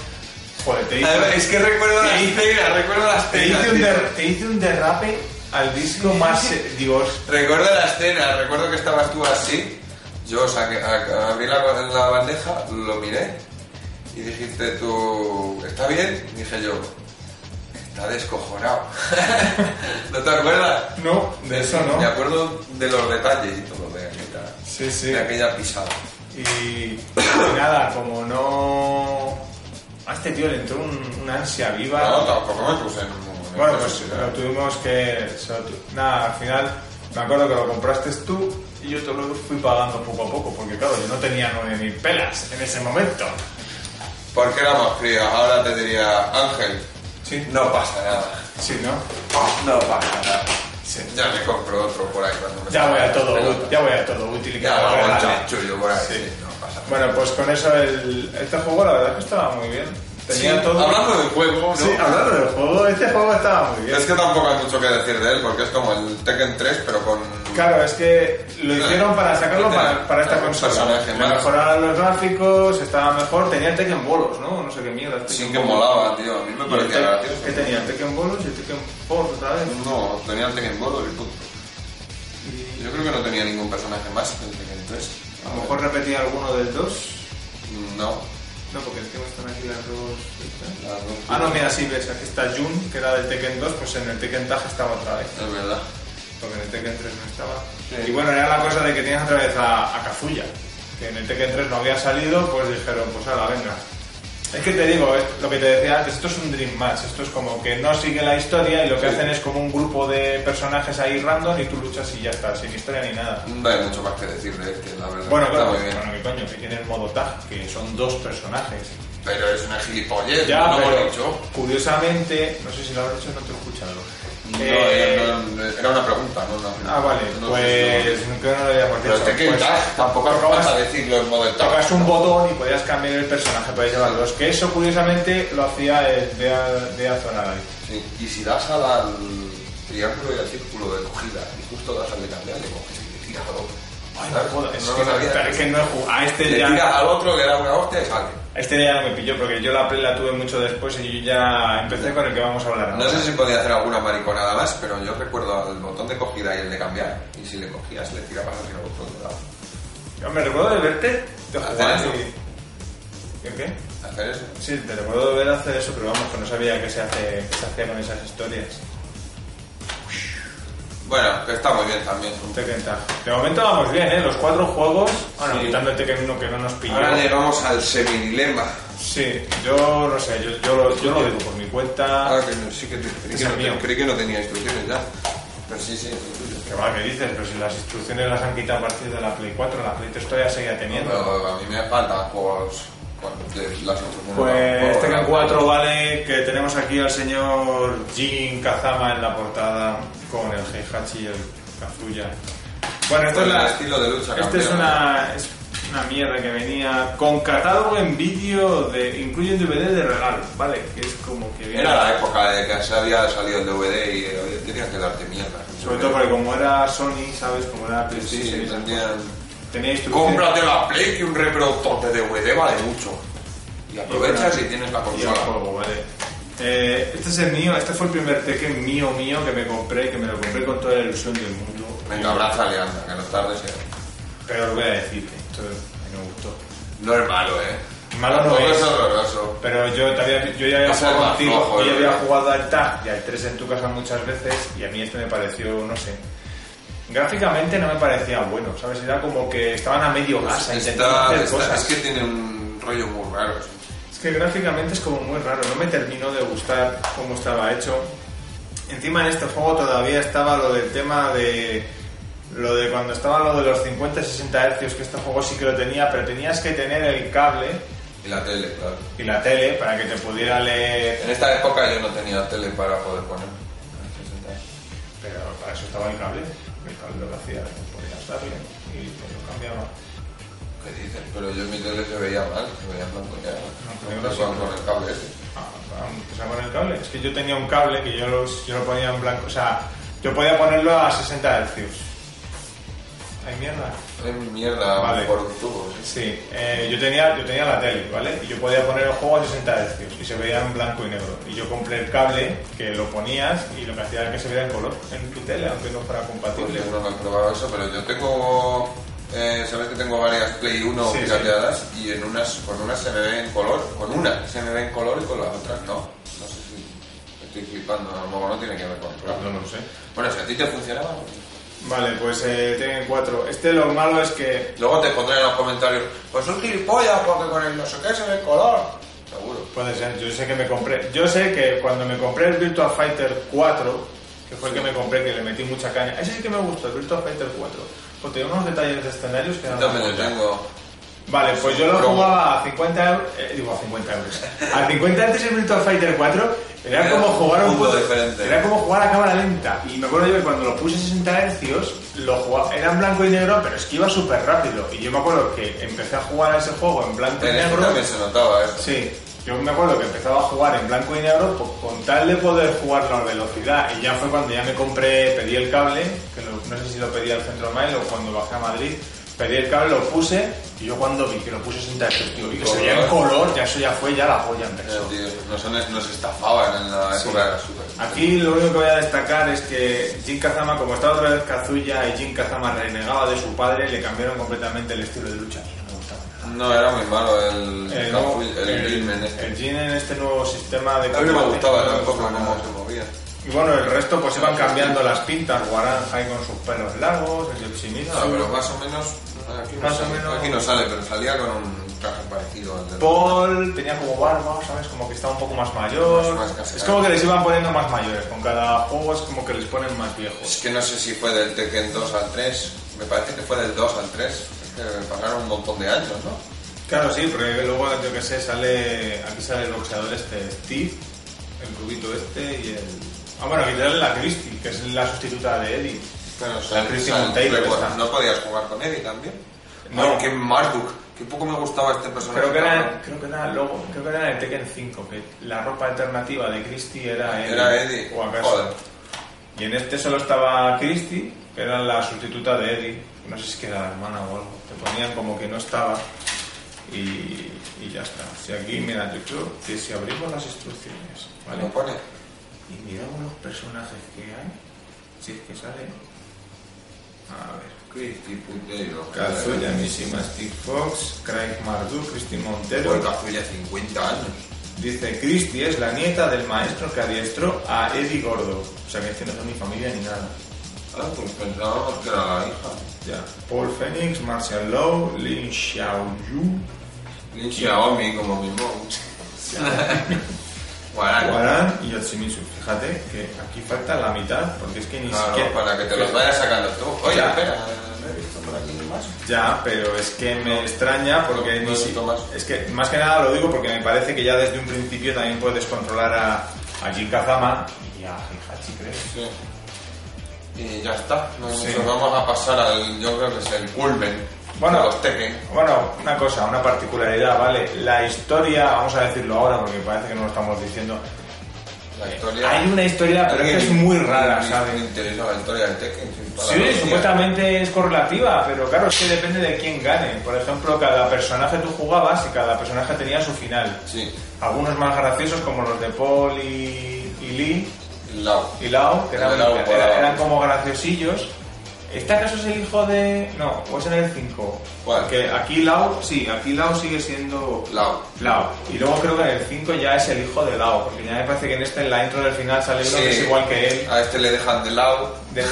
Speaker 2: Joder, te hice,
Speaker 1: Además, Es que recuerdo las
Speaker 2: Te hice-
Speaker 1: pegas, recuerdo las
Speaker 2: te hice
Speaker 1: pegas.
Speaker 2: un,
Speaker 1: tío.
Speaker 2: der- te hice un derrape al disco más. eh, Digo,
Speaker 1: Recuerdo la escena, recuerdo que estabas tú así. Yo saqué- a- abrí la, la bandeja, lo miré y dijiste tú, ¿está bien? Dije yo, está descojonado. ¿No te acuerdas?
Speaker 2: no, de eso
Speaker 1: Me
Speaker 2: no.
Speaker 1: acuerdo de los detalles y todo de aquella,
Speaker 2: Sí, sí.
Speaker 1: de aquella pisada.
Speaker 2: Y, y nada, como no. A este tío le entró un- una ansia viva.
Speaker 1: No, tampoco me puse en en
Speaker 2: Bueno,
Speaker 1: esa
Speaker 2: pues
Speaker 1: situación.
Speaker 2: lo tuvimos que. se lo tu- Nada, al final me acuerdo que lo compraste tú y yo te lo fui pagando poco a poco, porque claro, yo no tenía 9000 pelas en ese momento.
Speaker 1: Porque éramos críos, ahora te diría, Ángel,
Speaker 2: Sí,
Speaker 1: no pasa nada.
Speaker 2: sí, Ah, ¿no?
Speaker 1: No pasa nada.
Speaker 2: Sí.
Speaker 1: Ya me compro otro por ahí cuando me
Speaker 2: Ya voy a todo,
Speaker 1: Pero-
Speaker 2: ú- ya voy a todo útil y que
Speaker 1: Ya
Speaker 2: me lo
Speaker 1: va un
Speaker 2: regalen.
Speaker 1: chanchullo por ahí.
Speaker 2: Sí.
Speaker 1: sí, no pasa nada.
Speaker 2: Bueno, pues con eso el, este juego la verdad es que estaba muy bien. Tenía
Speaker 1: Sí,
Speaker 2: todo.
Speaker 1: Hablando de juego, ¿no?
Speaker 2: Sí, hablando del juego, este juego estaba muy bien.
Speaker 1: Es que tampoco hay mucho que decir de él, porque es como el Tekken 3, pero con...
Speaker 2: Claro, es que lo hicieron para sacarlo para, para esta
Speaker 1: Claro,
Speaker 2: consola.
Speaker 1: personaje
Speaker 2: Le
Speaker 1: más.
Speaker 2: mejoraron los gráficos, estaba mejor, tenía el Tekken Bolos, ¿no? No sé qué mierda. el Tekken
Speaker 1: Sí que
Speaker 2: Bolos.
Speaker 1: molaba, tío. A mí me
Speaker 2: Y el
Speaker 1: parecía
Speaker 2: Tek-
Speaker 1: gracioso.
Speaker 2: ¿Qué tenía? ¿El Tekken Bolos y el Tekken Force otra vez?
Speaker 1: No, tenía el Tekken Ball y punto. Yo creo que no tenía ningún personaje más en el Tekken 3.
Speaker 2: A lo mejor repetía alguno del 2.
Speaker 1: No.
Speaker 2: No, porque es que no están aquí las dos.
Speaker 1: la no.
Speaker 2: Ah, no, mira, sí, ves, aquí está Jun, que era del Tekken 2, pues en el Tekken Tag estaba otra vez.
Speaker 1: Es verdad.
Speaker 2: Porque en el Tekken 3 no estaba.
Speaker 1: Sí.
Speaker 2: Y bueno, era la cosa de que tenías otra vez a, a Kazuya, que en el Tekken 3 no había salido, pues dijeron, pues ahora venga. Es que te digo, es lo que te decía antes, esto es un Dream Match, esto es como que no sigue la historia y lo que
Speaker 1: Sí.
Speaker 2: hacen es como un grupo de personajes ahí random y tú luchas y ya está, sin historia ni nada.
Speaker 1: No hay mucho más que decir de este, la verdad.
Speaker 2: Bueno,
Speaker 1: Está
Speaker 2: claro,
Speaker 1: muy bien.
Speaker 2: bueno, que coño, que tiene el modo tag, que son dos personajes.
Speaker 1: Pero es una gilipollez,
Speaker 2: Ya,
Speaker 1: no
Speaker 2: pero
Speaker 1: lo he dicho.
Speaker 2: curiosamente, no sé si lo habrás hecho, no te lo he escuchado.
Speaker 1: No,
Speaker 2: Eh,
Speaker 1: era, no, era una pregunta, no una
Speaker 2: Ah, vale,
Speaker 1: no sé si lo-
Speaker 2: pues nunca no lo habíamos
Speaker 1: Pero
Speaker 2: dicho.
Speaker 1: es que
Speaker 2: Pues,
Speaker 1: tampoco es
Speaker 2: tocabas-
Speaker 1: a decirlo en modo de tag.
Speaker 2: tocas un botón y podías cambiar el personaje, podías llevar dos. Que eso, curiosamente, lo hacía el de, de Azonari.
Speaker 1: Sí, Y si das al, al triángulo y al círculo de cogida, y justo das al de cambiar, le coges y le tiras al otro.
Speaker 2: Ay,
Speaker 1: ¿Sabes?
Speaker 2: no jodas, es
Speaker 1: No
Speaker 2: que
Speaker 1: lo
Speaker 2: no,
Speaker 1: sabía.
Speaker 2: pero es que no he jugado. A este
Speaker 1: Le
Speaker 2: ya,
Speaker 1: tiras al otro, le das una hostia y sale.
Speaker 2: a este ya no me pilló, porque yo la play la tuve mucho después y yo ya empecé con el que vamos a hablar.
Speaker 1: No
Speaker 2: ahora.
Speaker 1: sé si podía hacer alguna mariconada más, pero yo recuerdo el botón de cogida y el de cambiar. Y si le cogías, le tirabas hacia el otro lado.
Speaker 2: Yo me recuerdo de verte, de
Speaker 1: Hacer
Speaker 2: jugar
Speaker 1: eso.
Speaker 2: y... ¿Y qué?
Speaker 1: Hacer eso.
Speaker 2: Sí, te recuerdo de ver hacer eso, pero vamos, que no sabía que se, hace, que se hacía con esas historias.
Speaker 1: Bueno, que está muy bien también.
Speaker 2: Tekken Tag. De momento vamos bien, ¿eh? Los cuatro juegos, bueno,
Speaker 1: Sí.
Speaker 2: quitando el Tekken 1 que no nos pilló.
Speaker 1: Ahora llegamos al semidilema.
Speaker 2: Sí, yo no sé, yo, yo, lo, yo lo digo por mi
Speaker 1: Ah,
Speaker 2: cuenta.
Speaker 1: que no, sí que te- creí
Speaker 2: Es
Speaker 1: que
Speaker 2: el
Speaker 1: no te-
Speaker 2: mío.
Speaker 1: creí que no tenía instrucciones ya. Pero sí, sí, instrucciones.
Speaker 2: Que va, que dices, pero si las instrucciones las han quitado a partir de la Play 4, la Play 3 todavía seguía teniendo.
Speaker 1: Pero a mí me falta, pues, cuando te- las instrucciones.
Speaker 2: Pues
Speaker 1: Por-
Speaker 2: Tekken 4 vale que tenemos aquí al señor Jin Kazama en la portada con el Heihachi y el Kazuya. Bueno, esto
Speaker 1: Con
Speaker 2: es
Speaker 1: el
Speaker 2: la,
Speaker 1: estilo de lucha.
Speaker 2: Esta Este es
Speaker 1: campeón.
Speaker 2: una, es una mierda que venía con catálogo en vídeo, de, incluye un DVD de regalo, ¿vale? Que es como que viene.
Speaker 1: Era la época de que se había salido el DVD y eh, oye, tenían que darte mierda.
Speaker 2: Sobre todo porque como era Sony, ¿sabes? Como era
Speaker 1: Sí,
Speaker 2: PlayStation,
Speaker 1: sí, tenían-
Speaker 2: tenía instrucciones.
Speaker 1: Cómprate la Play que un reproductor de DVD vale mucho. Y aprovechas y tienes la
Speaker 2: Y el
Speaker 1: consola.
Speaker 2: juego, ¿vale? Eh, este es el mío, este fue el primer Tekken mío, mío, que me compré, que me lo compré con toda la ilusión del mundo.
Speaker 1: Venga, abrázale, anda, que no tardes. eh.
Speaker 2: Pero lo voy a decir, que esto me gustó.
Speaker 1: No es malo, ¿eh?
Speaker 2: Malo no
Speaker 1: Tampoco
Speaker 2: es.
Speaker 1: es horroroso.
Speaker 2: Pero yo, te había- yo ya había
Speaker 1: Ese
Speaker 2: jugado
Speaker 1: es más
Speaker 2: contigo,
Speaker 1: flojo,
Speaker 2: yo ya
Speaker 1: yo
Speaker 2: había
Speaker 1: creo.
Speaker 2: jugado al TAG y al 3 en tu casa muchas veces y a mí este me pareció, no sé. Gráficamente no me parecía bueno, ¿sabes? Era como que estaban a medio gas,
Speaker 1: Está-
Speaker 2: intentando hacer
Speaker 1: está-
Speaker 2: cosas.
Speaker 1: es que tiene un rollo muy raro. sí.
Speaker 2: Es que gráficamente es como muy raro, no me terminó de gustar cómo estaba hecho. Encima en este juego todavía estaba lo del tema de. Lo de cuando estaba lo de los 50-60 Hz, que este juego sí que lo tenía, pero tenías que tener el cable
Speaker 1: Y la tele, claro.
Speaker 2: y la tele para que te pudiera leer
Speaker 1: En esta época yo no tenía tele para poder poner.
Speaker 2: Pero para eso estaba el cable. El cable lo hacía, podía estar bien. Y pues lo cambiaba.
Speaker 1: ¿Qué dices? Pero yo en mi tele se veía mal, se veía blanco ya.
Speaker 2: No,
Speaker 1: No,
Speaker 2: pero sí.
Speaker 1: con el cable ese.
Speaker 2: Ah, empezaba con el cable. Es que yo tenía un cable que yo, los- yo lo ponía en blanco. O sea, yo podía ponerlo a 60 Hz. Ay, mierda.
Speaker 1: Es mi mierda
Speaker 2: Vale.
Speaker 1: por un tubo. sí.
Speaker 2: Sí, eh, yo, tenía, yo tenía la tele, ¿vale? Y yo podía poner el juego a 60 Hz y se veía en blanco y negro. Y yo compré el cable que lo ponías y lo que hacía era que se veía en color en tu tele, aunque no fuera
Speaker 1: Pues
Speaker 2: compatible.
Speaker 1: yo no me he probado eso, pero yo tengo. eh, Sabes que tengo varias Play 1
Speaker 2: Sí,
Speaker 1: pirateadas y en unas, con una se me ve en color, con una se me ve en color y con las otras no. No sé si estoy flipando, a lo mejor no tiene que ver con el programa.
Speaker 2: No lo sé.
Speaker 1: Bueno, si a ti te funcionaba.
Speaker 2: Vale, pues eh, tienen cuatro. Este lo malo es que
Speaker 1: Luego te pondré en los comentarios, pues un gilipollas porque con el no sé qué se ve en color. Seguro.
Speaker 2: Puede ser, yo sé que me compré. Yo sé que cuando me compré el Virtua Fighter 4, que fue el que me compré, que le metí mucha caña. Ese sí que me gustó, el Virtua Fighter 4. Pues tenía unos detalles de escenarios que eran
Speaker 1: También
Speaker 2: una
Speaker 1: lo
Speaker 2: joya.
Speaker 1: tengo.
Speaker 2: Vale, pues yo lo
Speaker 1: Promo.
Speaker 2: jugaba a 50 euros. eh, digo, a 50 euros. A 50 antes el Virtua Fighter 4 era,
Speaker 1: Era
Speaker 2: como jugar a un
Speaker 1: mundo
Speaker 2: juego-
Speaker 1: diferente.
Speaker 2: Era como jugar a cámara lenta. Y me acuerdo yo que cuando lo puse a 60 Hz, lo jugaba. Era en blanco y negro, pero es que iba súper rápido. Y yo me acuerdo que empecé a jugar a ese juego en blanco y
Speaker 1: En este
Speaker 2: negro.
Speaker 1: también se notaba esto.
Speaker 2: Sí, yo me acuerdo que empezaba a jugar en blanco y negro po- con tal de poder jugarlo a velocidad y ya fue cuando ya me compré, pedí el cable, que lo- no sé si lo pedí al centro mail o cuando bajé a Madrid, pedí el cable, lo puse y yo cuando vi que lo puse sin texto, tío, y que se veía en color, ya eso ya fue ya la joya en
Speaker 1: Eh,
Speaker 2: persona.
Speaker 1: tío, nos, han- nos estafaban en la
Speaker 2: Sí.
Speaker 1: época de la Super.
Speaker 2: Aquí lo único que voy a destacar es que Jin Kazama, como estaba otra vez Kazuya y Jin Kazama renegaba de su padre, le cambiaron completamente el estilo de lucha. No me gustaba.
Speaker 1: No, era muy malo el
Speaker 2: El,
Speaker 1: el,
Speaker 2: nuevo-
Speaker 1: el,
Speaker 2: el-
Speaker 1: Gilman este.
Speaker 2: el Jin en este nuevo sistema de
Speaker 1: A mí no me
Speaker 2: combate.
Speaker 1: gustaba
Speaker 2: No me
Speaker 1: tampoco
Speaker 2: gustaba
Speaker 1: cómo
Speaker 2: nada.
Speaker 1: se movía.
Speaker 2: Y bueno, el resto pues iban cambiando las pintas, Guaranjai con sus pelos largos, el Yoshimitsu.
Speaker 1: No, pero más o menos aquí no,
Speaker 2: Más o
Speaker 1: sale,
Speaker 2: menos-
Speaker 1: aquí no sale, pero salía con un traje parecido al del...
Speaker 2: Paul tenía como barba, ¿sabes? Como que estaba un poco más mayor.
Speaker 1: Más- más cascado.
Speaker 2: es como que les iban poniendo más mayores, con cada juego es como que les ponen más
Speaker 1: Es
Speaker 2: viejos.
Speaker 1: que no sé si fue del Tekken 2 al 3, me parece que fue del 2 al 3, es que pasaron un montón de años, ¿no?
Speaker 2: Claro, sí, porque luego, yo que sé, sale, aquí sale el boxeador este, Steve, el cubito este y el... Ah, bueno, aquí sale la Christie, que es la sustituta de Eddie.
Speaker 1: Pero
Speaker 2: Christie Monteiro esta.
Speaker 1: no podías jugar con Eddie también.
Speaker 2: No.
Speaker 1: No, que Marduk, que poco me gustaba este personaje.
Speaker 2: Creo que era, creo que era luego, creo que era en el Tekken 5, que la ropa alternativa de Christie era Eddie.
Speaker 1: Era Eddie.
Speaker 2: O acaso.
Speaker 1: Joder.
Speaker 2: Y en este solo estaba Christy, que era la sustituta de Eddie. No sé si es que era la hermana o algo. Te ponían como que no estaba. Y, y ya está. Si aquí, mira, yo creo que si abrimos las instrucciones, ¿vale?
Speaker 1: ¿Lo pone?
Speaker 2: Y miramos los personajes que hay. Si es que sale. A ver.
Speaker 1: Christy Puteiro.
Speaker 2: Kazuya Mishima, Steve Fox, Craig Marduk, Christy Montero.
Speaker 1: Por Kazuya, 50 años.
Speaker 2: Dice, Christy es la nieta del maestro que adiestró a Eddie Gordo. O sea que este no es mi familia ni nada.
Speaker 1: Ah, pues pensábamos que era la hija.
Speaker 2: Ya. Paul Phoenix, Martial Law, Lin Xiaoyu,
Speaker 1: Lin Xiaomi, como mi mom. Guarán.
Speaker 2: Guaran y Yoshimitsu. Fíjate que aquí falta la mitad, porque es que ni
Speaker 1: Claro,
Speaker 2: siquiera...
Speaker 1: para que te los vayas sacando tú. Oye,
Speaker 2: Ya.
Speaker 1: espera, no he visto por aquí más.
Speaker 2: Ya, pero es que me extraña porque
Speaker 1: No,
Speaker 2: ni
Speaker 1: no,
Speaker 2: si-
Speaker 1: Tomás.
Speaker 2: Es que más que nada lo digo porque me parece que ya desde un principio también puedes controlar a, a Jin Kazama y a Heihachi, creo.
Speaker 1: Sí. Y ya está. Nos
Speaker 2: Sí.
Speaker 1: nos vamos a pasar al, yo creo que es el culmen.
Speaker 2: Bueno.
Speaker 1: de los Tekken.
Speaker 2: Bueno, una cosa, una particularidad, ¿vale? La historia, vamos a decirlo ahora porque parece que no lo estamos diciendo.
Speaker 1: La historia.
Speaker 2: Hay una historia, pero es que es
Speaker 1: Alguien-
Speaker 2: muy rara,
Speaker 1: alguien
Speaker 2: ¿sabes?
Speaker 1: le interesa la historia del Tekken. sin parar
Speaker 2: Sí,
Speaker 1: los días.
Speaker 2: supuestamente es correlativa, pero claro, es que depende de quién gane. Por ejemplo, cada personaje tú jugabas y cada personaje tenía su final.
Speaker 1: Sí.
Speaker 2: Algunos más graciosos, como los de Paul y, y Lee
Speaker 1: Lao.
Speaker 2: y Lao, que eran,
Speaker 1: Lao,
Speaker 2: era-
Speaker 1: Lao.
Speaker 2: eran como graciosillos. ¿Este acaso es el hijo de.? No, o es en el 5.
Speaker 1: ¿Cuál?
Speaker 2: Que aquí Lao, sí, aquí Lao sigue siendo.
Speaker 1: Lao.
Speaker 2: Lao. Y luego creo que en el 5 ya es el hijo de Lao, porque ya me parece que en este, en la intro del final, sale uno que es igual que él.
Speaker 1: A este le dejan de lado.
Speaker 2: De-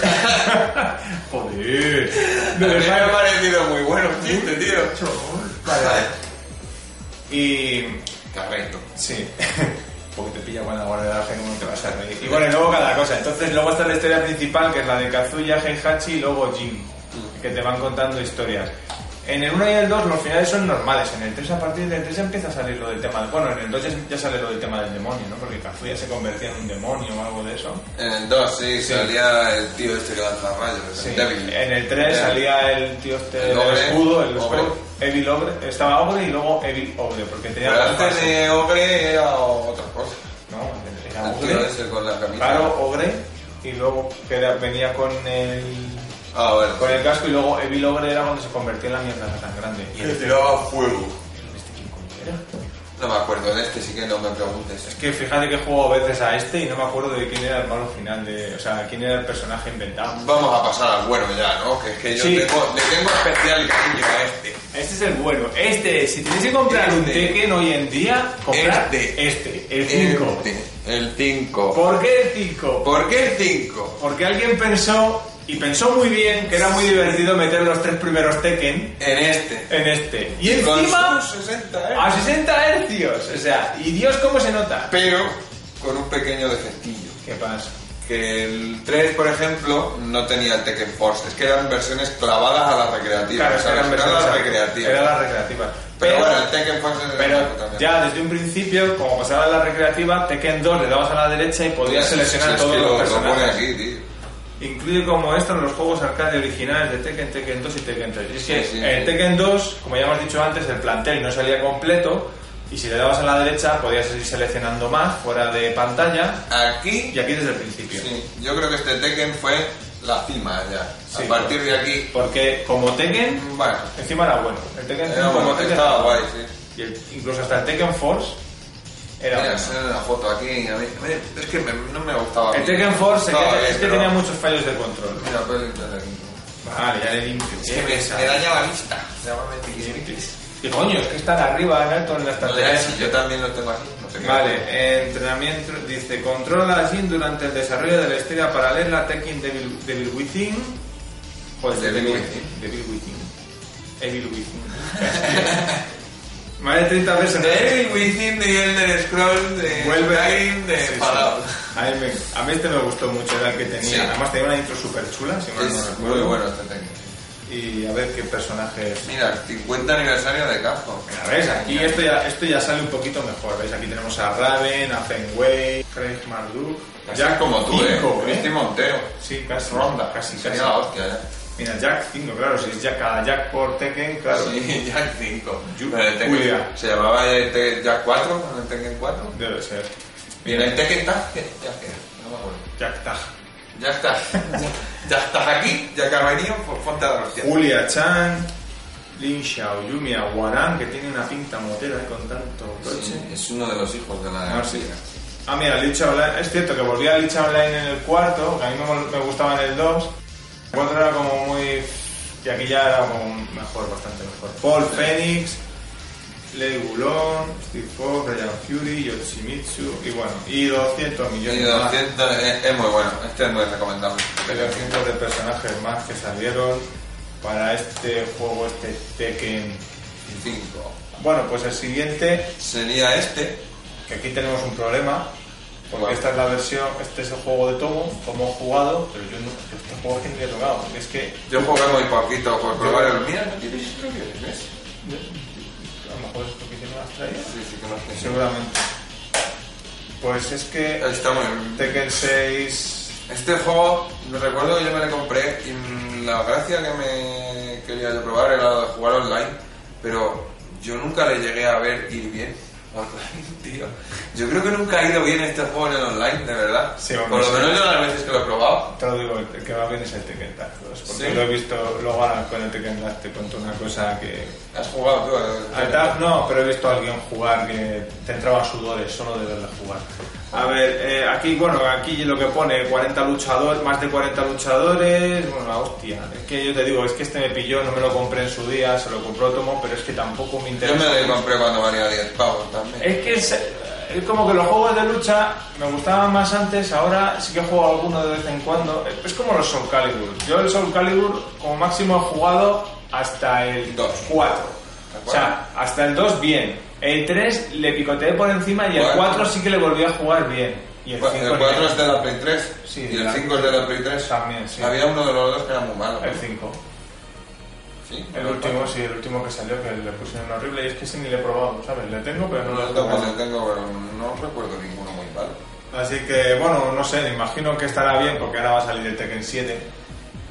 Speaker 2: Joder.
Speaker 1: A mí
Speaker 2: De
Speaker 1: me
Speaker 2: dejar-
Speaker 1: ha parecido muy bueno el chiste, tío.
Speaker 2: Vale, vale. Y.
Speaker 1: Correcto.
Speaker 2: Sí. Porque te pilla cuando ahora la gente no te vas a reír. Y bueno, y luego cada cosa. Entonces, luego está la historia principal, que es la de Kazuya, Heihachi y luego Jin. Que te van contando historias. En el 1 y el 2 los finales son normales, en el 3 a partir del 3 ya empieza a salir lo del tema del... Bueno, en el 2 ya, ya sale lo del tema del demonio, ¿no? Porque Kazuya se convertía en un demonio o algo de eso.
Speaker 1: En el 2, sí, salía el tío este que lanza rayos,
Speaker 2: Sí.
Speaker 1: el débil.
Speaker 2: En el 3
Speaker 1: Devil.
Speaker 2: salía el tío este
Speaker 1: El
Speaker 2: del
Speaker 1: Ogre,
Speaker 2: escudo, el
Speaker 1: Ogre.
Speaker 2: Evil Ogre, estaba Ogre y luego Evil Ogre, porque tenía...
Speaker 1: Pero
Speaker 2: dos
Speaker 1: antes
Speaker 2: fases.
Speaker 1: de Ogre era otra cosa.
Speaker 2: No, era
Speaker 1: El tío
Speaker 2: Ogre,
Speaker 1: ese con la camisa.
Speaker 2: Ah, claro, Ogre, y luego que era- venía con el...
Speaker 1: Ah, bueno.
Speaker 2: Con el casco y luego Evil Ogre era cuando se convertía en la mierda tan grande. Y el-
Speaker 1: Que tiraba fuego.
Speaker 2: ¿Este quién coño era?
Speaker 1: No me acuerdo, en este sí que no me preguntes.
Speaker 2: Es que fíjate que he jugado veces a este y no me acuerdo de quién era el malo final, de, o sea, quién era el personaje inventado.
Speaker 1: Vamos a pasar al bueno ya, ¿no? Que es que yo
Speaker 3: Sí.
Speaker 1: tengo, le tengo especial cariño a este.
Speaker 3: Este es el bueno. Este, si tienes que comprar
Speaker 2: Comprar un
Speaker 3: un
Speaker 2: Tekken hoy en día, comprar
Speaker 1: Este.
Speaker 2: este, el 5.
Speaker 1: Este, El 5.
Speaker 2: ¿Por qué el 5?
Speaker 1: ¿Por qué el 5?
Speaker 2: Porque alguien pensó, y pensó muy bien, que era muy divertido meter los tres primeros Tekken
Speaker 1: En este.
Speaker 2: en este. Y
Speaker 1: Con
Speaker 2: encima, Ah.
Speaker 1: sus 60, ¿eh?
Speaker 2: a 60 hercios, o sea, y Dios cómo se nota.
Speaker 1: Pero con un pequeño defectillo.
Speaker 2: ¿Qué pasa?
Speaker 1: Que el 3, por ejemplo, no tenía el Tekken Force. Es que eran versiones clavadas a la recreativa.
Speaker 2: Claro,
Speaker 1: o
Speaker 2: es
Speaker 1: sea,
Speaker 2: que eran
Speaker 1: eran
Speaker 2: versiones-
Speaker 1: las recreativas.
Speaker 2: Eran las recreativas.
Speaker 1: Pero, bueno, el Tekken Force es de
Speaker 2: Pero
Speaker 1: Tekken también.
Speaker 2: ya desde un principio, como pasaba en la recreativa, Tekken 2 le dabas a la derecha y podías
Speaker 1: Sí, sí, sí, es
Speaker 2: seleccionar
Speaker 1: que
Speaker 2: todos
Speaker 1: lo-
Speaker 2: los
Speaker 1: lo pone
Speaker 2: personajes.
Speaker 1: aquí, tío.
Speaker 2: Incluye como esto en los juegos arcade originales de Tekken, Tekken 2 y Tekken 3. Y es que
Speaker 1: Sí, sí,
Speaker 2: en
Speaker 1: sí.
Speaker 2: Tekken 2, como ya hemos dicho antes, el plantel no salía completo y si le dabas a la derecha podías ir seleccionando más fuera de pantalla
Speaker 1: Aquí
Speaker 2: y aquí desde el principio.
Speaker 1: Sí, yo creo que este Tekken fue la cima ya.
Speaker 2: Sí.
Speaker 1: a partir de aquí,
Speaker 2: Porque como Tekken,
Speaker 1: bueno,
Speaker 2: encima era bueno. El Tekken
Speaker 1: era
Speaker 2: como
Speaker 1: bueno,
Speaker 2: Tekken
Speaker 1: estaba
Speaker 2: era
Speaker 1: guay,
Speaker 2: bueno.
Speaker 1: sí.
Speaker 2: Y el- incluso hasta el Tekken Force era
Speaker 1: Mira,
Speaker 2: bueno.
Speaker 1: sale la foto aquí, a mí, a mí- es que me- no me gustaba.
Speaker 2: El Tekken Force
Speaker 1: Estaba
Speaker 2: es que-
Speaker 1: bien,
Speaker 2: es que
Speaker 1: pero-
Speaker 2: tenía muchos fallos de control.
Speaker 1: Mira, pues, la-
Speaker 2: Vale, ya le limpio.
Speaker 1: Es que me, me daña la vista. Llámame tiquismiquis.
Speaker 2: ¿Qué coño? Es que están arriba en alto
Speaker 1: No
Speaker 2: en la
Speaker 1: le das,
Speaker 2: estantería.
Speaker 1: si yo también lo tengo aquí, no sé qué.
Speaker 2: Vale, eh, entrenamiento dice, controla a Jin durante el desarrollo de la historia paralela Tekken Devil, Devil Within. Joder,
Speaker 1: Devil
Speaker 2: Devil
Speaker 1: Within.
Speaker 2: Within. Devil Within. Evil Within. Más de 30 veces.
Speaker 1: De Evil Within, de Elder Scrolls, de
Speaker 2: Vuelve
Speaker 1: Skyrim, de
Speaker 2: Sí, sí.
Speaker 1: Fallout.
Speaker 2: A, mí me- a mí este me gustó mucho, era el que tenía.
Speaker 1: Sí.
Speaker 2: Además tenía una intro súper chula, si mal no
Speaker 1: Es
Speaker 2: recuerdo.
Speaker 1: muy bueno este Tekken.
Speaker 2: Y a ver qué personaje es.
Speaker 1: Mira, 50 aniversario de Capcom.
Speaker 2: Mira, ¿ves? Aquí esto ya, esto ya sale un poquito mejor, ¿ves? Aquí tenemos a Raven, a Fenway, Craig Marduk...
Speaker 1: Ya como tú,
Speaker 2: cinco,
Speaker 1: eh. Este Montero.
Speaker 2: Sí, casi.
Speaker 1: Ronda,
Speaker 2: Casi, casi.
Speaker 1: Sería la hostia, ¿eh? ya.
Speaker 2: Mira, Jack 5, claro, si es Jack, cada Jack por Tekken, claro.
Speaker 1: Sí, Jack 5.
Speaker 2: Ju-
Speaker 1: Pero el Tekken-
Speaker 2: Julia.
Speaker 1: Se llamaba el Te- Jack 4, cuando el Tekken 4.
Speaker 2: Debe ser.
Speaker 1: Y en el Tekken Tag, ¿qué? Jack era, no me acuerdo.
Speaker 2: Jack Tag.
Speaker 1: Ya estás, ya, ya estás aquí, ya que has venido, pues ponte a la hostia.
Speaker 2: Julia Chan, Lin Xiao, Yumi Aguarán, que tiene una pinta motera eh, con tanto coche.
Speaker 1: Sí, es uno de los hijos de la
Speaker 2: Ah, sí. Ah, mira, Licha Online. Es cierto que volví a Licha Online en el cuarto, que a mí me, mol- me gustaba en el 2. El 4 era como muy. Y aquí ya era como mejor, bastante mejor. Paul Phoenix, Lei Gulon, Steve Fox, Ryan Fury, Yoshimitsu, y bueno, y 200 millones
Speaker 1: Y
Speaker 2: más.
Speaker 1: 200 es, es muy bueno, este es muy recomendable.
Speaker 2: de 200 de personajes más que salieron para este juego, este Tekken.
Speaker 1: 5.
Speaker 2: Bueno, pues el siguiente
Speaker 1: Sería este,
Speaker 2: que aquí tenemos un problema porque
Speaker 1: ¿Cuál?
Speaker 2: esta es la versión este es el juego de Tomo Tomo jugado pero yo, no, yo este juego que ni he tocado porque es que
Speaker 1: yo jugué muy poquito por probar el mío. ¿no ¿Tienes instrucciones? ¿Ves?
Speaker 2: a lo mejor es porque tiene una estrella
Speaker 1: Sí, sí que no sé.
Speaker 2: seguramente pues es que
Speaker 1: Está muy bien.
Speaker 2: Tekken 6
Speaker 1: Este juego, me recuerdo que yo me lo compré y mm, la gracia que me quería yo probar era la de jugar online, pero yo nunca le llegué a ver ir bien online, tío. Yo creo que nunca ha ido bien este juego en el online, de verdad.
Speaker 2: Sí,
Speaker 1: Por
Speaker 2: hombre,
Speaker 1: lo
Speaker 2: sí.
Speaker 1: menos yo las veces que lo he probado.
Speaker 2: te lo digo el que va bien es el Tekken Tag 2 porque
Speaker 1: ¿Sí?
Speaker 2: lo he visto luego ahora con el Tekken Tag te cuento una cosa que
Speaker 1: Has jugado tú. eh?
Speaker 2: al Tag no pero he visto a alguien jugar que te entraba sudores solo de verla jugar a ver, eh, aquí, bueno, aquí lo que pone, 40 luchadores, más de 40 luchadores, bueno, la hostia. Es que yo te digo, es que este me pilló, no me lo compré en su día, se lo compró Tomo, pero es que tampoco me
Speaker 1: Yo
Speaker 2: interesa.
Speaker 1: me lo compré cuando valía 10 pavos también.
Speaker 2: Es que es, es como que los juegos de lucha me gustaban más antes, ahora sí que juego alguno de vez en cuando. Es como los Soul Calibur. Yo el Soul Calibur como máximo he jugado hasta el
Speaker 1: Dos.
Speaker 2: 4.
Speaker 1: acuerdo?
Speaker 2: O sea, hasta el 2 bien. El 3 le picoteé por encima y el
Speaker 1: Bueno.
Speaker 2: 4 sí que le volví a jugar bien. Y el 5
Speaker 1: El 4 es de la Play 3
Speaker 2: Sí,
Speaker 1: y
Speaker 2: de la-
Speaker 1: el 5 es de la Play 3.
Speaker 2: También, sí.
Speaker 1: Había uno de los dos que era muy malo.
Speaker 2: El 5.
Speaker 1: Sí,
Speaker 2: El último, sí, el último que salió, que le pusieron horrible, y es que ese ni le he probado, ¿sabes? Le tengo, pero no lo
Speaker 1: No
Speaker 2: he
Speaker 1: tengo,
Speaker 2: probado.
Speaker 1: no tengo, no recuerdo ninguno muy mal.
Speaker 2: Así que, bueno, no sé, me imagino que estará bien, porque ahora va a salir el Tekken 7.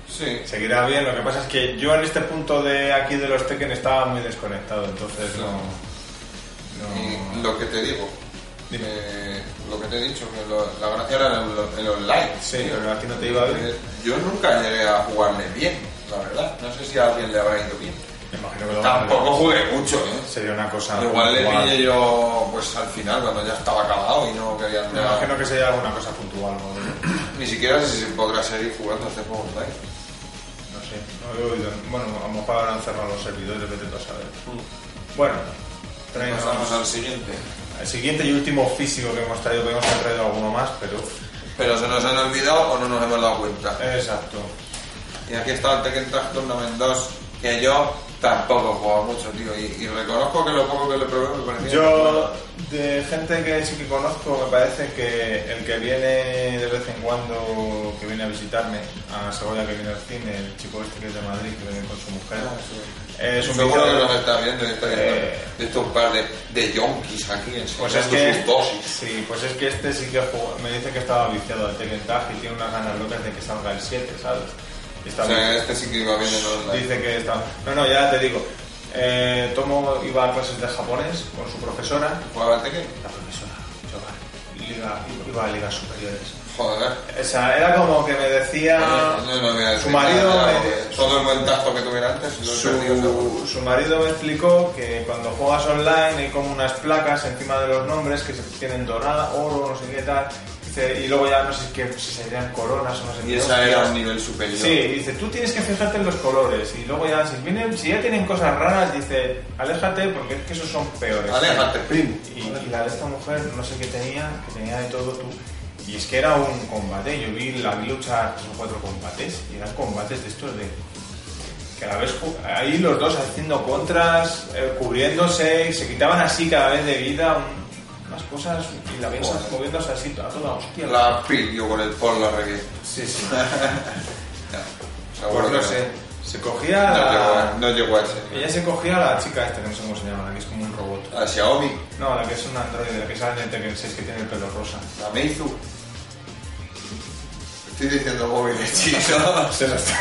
Speaker 1: Sí,
Speaker 2: Seguirá bien, lo que pasa es que yo en este punto de aquí de los Tekken estaba muy desconectado, entonces no...
Speaker 1: y
Speaker 2: no-
Speaker 1: lo que te digo,
Speaker 2: Dime.
Speaker 1: eh, lo que te he dicho, que lo- la gracia era el, el online.
Speaker 2: Sí, pero aquí no te iba bien.
Speaker 1: Eh, Yo nunca llegué a jugarle bien, la verdad. No sé si a alguien le habrá ido bien.
Speaker 2: Me imagino que lo van a-
Speaker 1: Tampoco jugué mucho, ¿eh?
Speaker 2: Sería una cosa...
Speaker 1: Igual le
Speaker 2: puntual.
Speaker 1: pillé yo pues al final cuando ya estaba acabado y no quería
Speaker 2: Me
Speaker 1: nada.
Speaker 2: imagino que sería alguna cosa puntual, ¿no?
Speaker 1: Ni siquiera sé si podrá seguir jugando este juego online.
Speaker 2: No sé, no lo he oído. Bueno, a lo mejor habrán cerrado los servidores, vete tú a saber.
Speaker 1: Mm.
Speaker 2: Bueno, traemos
Speaker 1: Pasamos al siguiente.
Speaker 2: el siguiente y último físico que hemos traído, podemos haber traído alguno más, pero...
Speaker 1: Pero se nos han olvidado o no nos hemos dado cuenta.
Speaker 2: Exacto.
Speaker 1: Y aquí está el Tekken Tag Tournament 2, que yo tampoco he jugado mucho, tío. Y, y reconozco que lo poco que le probé me parecía.
Speaker 2: Yo, de gente que sí que conozco, me parece que el que viene de vez en cuando, que viene a visitarme, a Segovia que viene al cine, el chico este que es de Madrid, que viene con su mujer, es un
Speaker 1: Seguro que
Speaker 2: viciado-
Speaker 1: nos está viendo y está viendo
Speaker 2: Eh.
Speaker 1: esto un par de, de yonkis aquí en
Speaker 2: Pues es
Speaker 1: enseñando
Speaker 2: que,
Speaker 1: sus dosis.
Speaker 2: sí, pues es que este sí que jugó- me dice que estaba viciado al Tekken Tag y tiene unas ganas locas de que salga el 7, ¿sabes? Y está
Speaker 1: O sea,
Speaker 2: muy-
Speaker 1: este sí que iba bien en online.
Speaker 2: dice que está... No, no, ya te digo. Eh, Tomo iba a clases de japonés con su profesora.
Speaker 1: ¿Jugaba al Tekken?
Speaker 2: La profesora, chaval, liga, iba a ligas superiores.
Speaker 1: Joder.
Speaker 2: O sea, era como que me decía...
Speaker 1: Eh, no, no voy a decir
Speaker 2: su marido...
Speaker 1: nada,
Speaker 2: me-
Speaker 1: porque Todo el buen tacto que tuviera antes lo he perdido seguro.
Speaker 2: su, su marido me explicó que cuando juegas online hay como unas placas encima de los nombres que se tienen dorada, oro, no sé qué tal. Dice, y luego ya no sé qué, si serían coronas o no sé qué.
Speaker 1: Y esa era
Speaker 2: hostias.
Speaker 1: un nivel superior.
Speaker 2: Sí, dice, tú tienes que fijarte en los colores. Y luego ya, si, vienen, si ya tienen cosas raras, dice, aléjate porque es que esos son peores.
Speaker 1: Aléjate, primo.
Speaker 2: Y, y la de esta mujer, no sé qué tenía, que tenía de todo tú. Y es que era un combate, yo vi la vi luchar tres o cuatro combates, y eran combates de estos de... Que a la vez ju- ahí los dos haciendo contras, eh, cubriéndose, y se quitaban así cada vez de vida, un- unas cosas, y la veías
Speaker 1: Joder.
Speaker 2: moviéndose así a toda hostia.
Speaker 1: La Ah, pillo con el polo la regué.
Speaker 2: Sí, sí.
Speaker 1: Seguro
Speaker 2: Pues no
Speaker 1: que
Speaker 2: sé, se
Speaker 1: No
Speaker 2: cogía...
Speaker 1: llegó
Speaker 2: la-
Speaker 1: a- no llegó a ese.
Speaker 2: Ella se cogía a la chica esta que nos hemos enseñado, la que es como un robot.
Speaker 1: A Xiaomi,
Speaker 2: No, la que es un androide, la que sale en el Tekken 6 que tiene el pelo rosa.
Speaker 1: a Meizu. Estoy diciendo móviles chinos.
Speaker 2: Se lo está...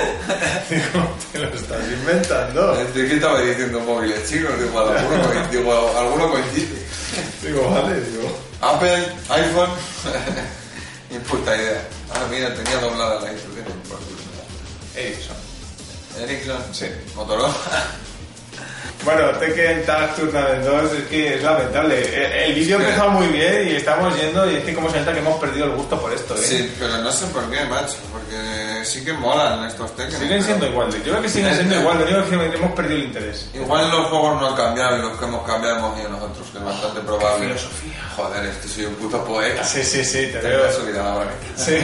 Speaker 2: Digo, te lo estás inventando.
Speaker 1: Estoy que estaba diciendo móviles chinos. Digo, alguno, co- digo, alguno coincide.
Speaker 2: Digo, vale, digo.
Speaker 1: Apple, iPhone. Ni puta idea. Ah, mira, tenía doblada la instrucción.
Speaker 2: Edison.
Speaker 1: Ericsson,
Speaker 2: Sí.
Speaker 1: Motorola.
Speaker 2: Bueno, Tekken Tag Tournament 2 es que es lamentable. El, el vídeo
Speaker 1: Sí.
Speaker 2: empezó muy bien y estamos yendo y es que como se nota que hemos perdido el gusto por esto, ¿eh?
Speaker 1: Sí, pero no sé por qué, macho. Porque sí que molan estos Tekken.
Speaker 2: Siguen siendo igual, yo creo que siguen siendo igual, lo único es que hemos perdido el interés.
Speaker 1: Igual los juegos no han cambiado y los que hemos cambiado hemos ido nosotros, que es bastante probable.
Speaker 2: filosofía.
Speaker 1: Joder, este soy un puto poeta.
Speaker 2: Sí, sí, sí, te
Speaker 1: Te voy
Speaker 2: veo.
Speaker 1: a subir a la barrita.
Speaker 2: Sí.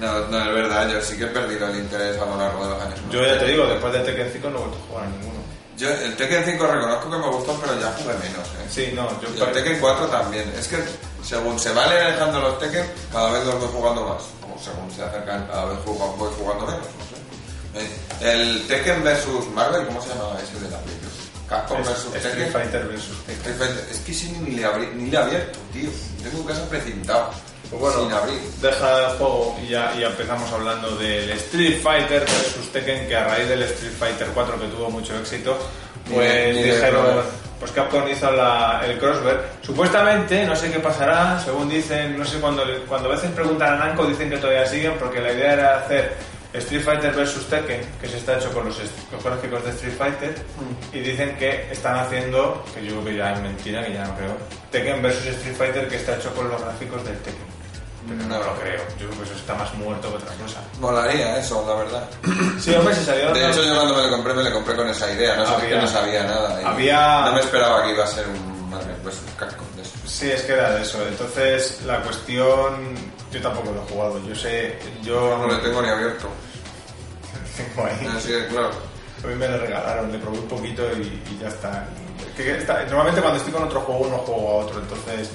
Speaker 1: No, no, es verdad, yo sí que he perdido el interés a lo largo de los años.
Speaker 2: Yo ya te digo, después de Tekken 5 no he vuelto a jugar a ninguno.
Speaker 1: Yo el Tekken 5 reconozco que me gustó, pero ya jugué menos, ¿eh?
Speaker 2: Sí, no, yo
Speaker 1: Y el Tekken 4 también. Es que según se van alejando los Tekken, cada vez los voy jugando más. O según se acercan, cada vez jugo- voy jugando menos, no sé. Eh, El Tekken vs Marvel, ¿cómo se llamaba ese de la película? Capcom
Speaker 2: Es-
Speaker 1: vs
Speaker 2: Street
Speaker 1: Tekken.
Speaker 2: Fighter vs Tekken.
Speaker 1: Street Fighter. Es que ese ni le, abrí, ni le he abierto, tío. Tengo casa precintado.
Speaker 2: Pues bueno,
Speaker 1: sin abrir.
Speaker 2: deja el juego y ya, y ya empezamos hablando del Street Fighter vs Tekken, que a raíz del Street Fighter 4 que tuvo mucho éxito, pues
Speaker 1: Ni- ni de
Speaker 2: dijeron,
Speaker 1: probar.
Speaker 2: pues Capcom hizo la- el crossover. Supuestamente, no sé qué pasará, según dicen, no sé, cuando, cuando a veces preguntan a Namco dicen que todavía siguen, porque la idea era hacer Street Fighter vs Tekken, que se está hecho con los, est- los gráficos de Street Fighter, y dicen que están haciendo, que yo creo que ya es mentira, que ya no creo, Tekken vs Street Fighter, que está hecho con los gráficos del Tekken. Pero no lo creo, yo creo que eso está más muerto que otra cosa.
Speaker 1: Molaría eso, la verdad.
Speaker 2: Sí, hombre, se salió...
Speaker 1: De hecho, yo cuando me lo compré, me lo compré con esa idea. No sabía,
Speaker 2: Había-
Speaker 1: no sabía nada. y
Speaker 2: había-
Speaker 1: No me esperaba que iba a ser un Marvel vs. Capcom de eso.
Speaker 2: Sí, es que era de eso. Entonces, la cuestión. Yo tampoco lo he jugado. Yo sé. Yo
Speaker 1: No lo tengo ni abierto.
Speaker 2: tengo ahí.
Speaker 1: Así que, Ah, claro.
Speaker 2: A mí me lo regalaron, le probé un poquito y, y ya está. Que- que está- Normalmente cuando estoy con otro juego, no juego a otro. Entonces,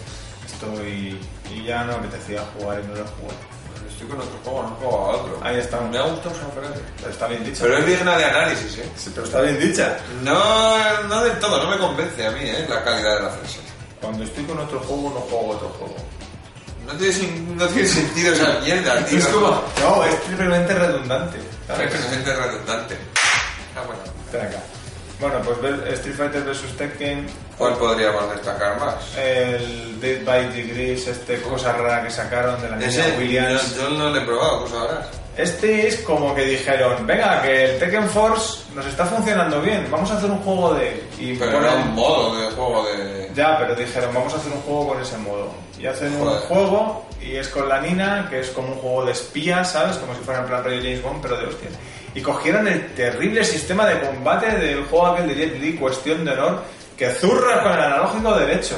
Speaker 2: estoy. Y ya no me apetecía jugar y no lo jugué.
Speaker 1: Pues estoy con otro juego, no juego a otro.
Speaker 2: Ahí está.
Speaker 1: Me ha gustado esa referencia.
Speaker 2: Pero está bien dicha.
Speaker 1: Pero es digna de análisis, ¿eh?
Speaker 2: Sí, pero está bien dicha.
Speaker 1: No, no del todo, no me convence a mí, ¿eh? La calidad de la frase.
Speaker 2: Cuando estoy con otro juego, no juego a otro juego.
Speaker 1: No tiene, sin- no tiene sentido esa mierda, tío.
Speaker 2: Es como. No, es simplemente redundante. ¿sabes?
Speaker 1: Realmente redundante. Ah, bueno.
Speaker 2: Espera acá. Bueno, pues ver Street Fighter vs Tekken,
Speaker 1: ¿Cuál podríamos destacar más?
Speaker 2: el Dead by Degrees, este cosa rara que sacaron de la niña
Speaker 1: Ese,
Speaker 2: Williams.
Speaker 1: yo, yo no lo he probado, pues ahora.
Speaker 2: Este es como que dijeron, venga, que el Tekken Force nos está funcionando bien, vamos a hacer un juego de él. Y
Speaker 1: Pero
Speaker 2: ponen-
Speaker 1: era un modo de juego de.
Speaker 2: Ya, pero dijeron, vamos a hacer un juego con ese modo. Y hacen un
Speaker 1: Joder.
Speaker 2: juego, y es con la Nina, que es como un juego de espías, ¿sabes? Como si fuera en plan rollo James Bond, pero de hostias. Y cogieron el terrible sistema de combate del juego aquel de Jet Li, Cuestión de Honor, que zurra con el analógico derecho.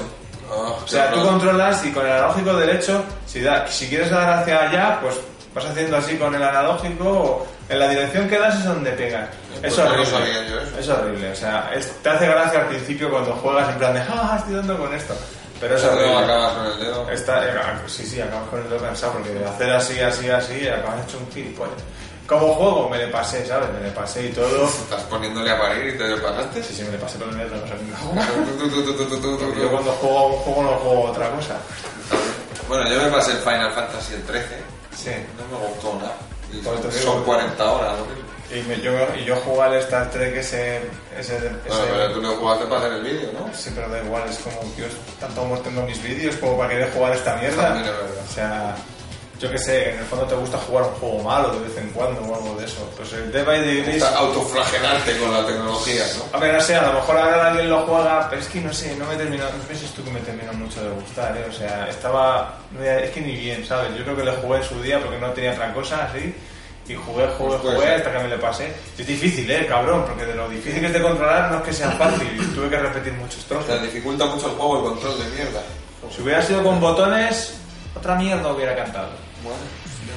Speaker 1: Ah,
Speaker 2: O sea,
Speaker 1: qué
Speaker 2: tú
Speaker 1: horror.
Speaker 2: controlas y con el analógico derecho, si, da- si quieres dar hacia allá, pues vas haciendo así con el analógico, o en la dirección que das es donde pegas.
Speaker 1: Pues
Speaker 2: es
Speaker 1: no lo
Speaker 2: horrible.
Speaker 1: sabía yo eso.
Speaker 2: Es horrible, o sea, es- te hace gracia al principio cuando juegas en plan de, ah, estoy dando con esto. Pero es
Speaker 1: Ese dedo
Speaker 2: horrible.
Speaker 1: acabas con el dedo.
Speaker 2: Está, eh, ah, sí, sí, acabas con el dedo cansado porque de hacer así, así, así, acabas hecho un gilipollas. Como juego me le pasé, ¿sabes? Me le pasé y todo.
Speaker 1: Estás poniéndole a parir y te lo pasaste.
Speaker 2: Sí, sí, me le pasé todo el dedo, no sé, no.
Speaker 1: Tu, tu, tu, tu, tu, tu, tu, tu,
Speaker 2: Yo
Speaker 1: tu.
Speaker 2: cuando juego a un juego no juego a otra cosa.
Speaker 1: Bueno, yo me pasé el Final Fantasy el 13.
Speaker 2: Sí.
Speaker 1: No me gustó nada. Y
Speaker 2: Pues te digo
Speaker 1: son
Speaker 2: que-
Speaker 1: 40 horas. ¿no?
Speaker 2: Y, me- yo, y yo juego al Star Trek ese... ese, ese-
Speaker 1: Bueno, pero tú lo jugaste para hacer el vídeo, ¿no?
Speaker 2: Sí, pero da igual, es como, tío, tanto amor tengo en mis vídeos como para querer jugar a esta mierda.
Speaker 1: También es verdad.
Speaker 2: O sea, yo qué sé, en el fondo te gusta jugar un juego malo de vez en cuando o algo de eso. Pues el Dead by Degrees...
Speaker 1: Está autoflagelarte con la tecnología, ¿no?
Speaker 2: A ver, no sé, a lo mejor ahora alguien lo juega, pero es que no sé, no me terminó, no sé si es tú que me terminó mucho de gustar, ¿eh? O sea, estaba, no era- es que ni bien, ¿sabes? Yo creo que lo jugué en su día porque no tenía otra cosa, así, y jugué, jugué,
Speaker 1: Pues puede
Speaker 2: jugué
Speaker 1: ser.
Speaker 2: hasta que me le pasé. Es difícil, ¿eh, cabrón? Porque de lo difícil que es de controlar no es que sea fácil, y tuve que repetir muchos
Speaker 1: O sea,
Speaker 2: trozos.
Speaker 1: dificulta mucho el juego el control de mierda.
Speaker 2: Si hubiera sido con botones, otra mierda hubiera cantado.
Speaker 1: Bueno,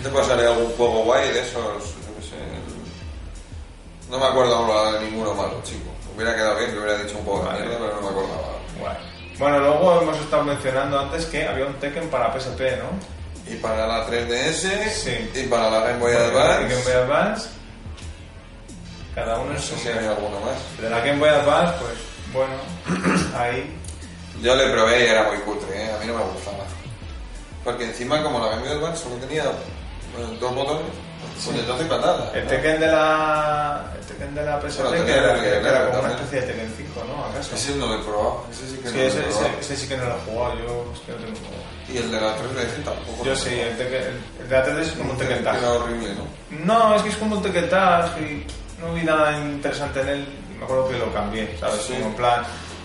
Speaker 1: yo te pasaré algún juego guay de esos, yo qué sé. el- No me acuerdo ahora de ninguno malo, chico. Hubiera quedado bien que hubiera dicho un poco de
Speaker 2: Vale.
Speaker 1: mierda, pero no me acordaba.
Speaker 2: Bueno. Bueno, luego hemos estado mencionando antes que había un Tekken para PSP, ¿no?
Speaker 1: Y para la 3DS,
Speaker 2: Sí.
Speaker 1: y para la Game Boy
Speaker 2: Tekken Game
Speaker 1: Advance,
Speaker 2: Boy Advance. Cada uno en
Speaker 1: no
Speaker 2: su
Speaker 1: sé si hay alguno más.
Speaker 2: De la Game Boy Advance, pues bueno, ahí.
Speaker 1: Yo le probé y era muy cutre, ¿eh? a mí no me gustaba. Porque encima, como la Game Boy Advance solo tenía bueno, dos botones, pues entonces patada.
Speaker 2: El Tekken de la. El Tekken de la PSP,
Speaker 1: Bueno,
Speaker 2: que
Speaker 1: tenía
Speaker 2: era,
Speaker 1: el
Speaker 2: que
Speaker 1: Tekken,
Speaker 2: era como una
Speaker 1: también.
Speaker 2: especie de Tekken 5, ¿no? ¿Acaso? Sí,
Speaker 1: Ese no lo he probado, ese sí que no lo he
Speaker 2: ese,
Speaker 1: probado.
Speaker 2: ese- ese sí que no lo he jugado, yo es que no tengo jugado.
Speaker 1: Y el de la 3DS tampoco.
Speaker 2: Yo sí, el, Tekken, el- el de la 3 es como un Tekken Tag.
Speaker 1: Era horrible, ¿no?
Speaker 2: No, es que es como un Tekken Tag y no vi nada interesante en él. Me acuerdo que lo cambié, ¿sabes?
Speaker 1: Sí.
Speaker 2: Como en plan.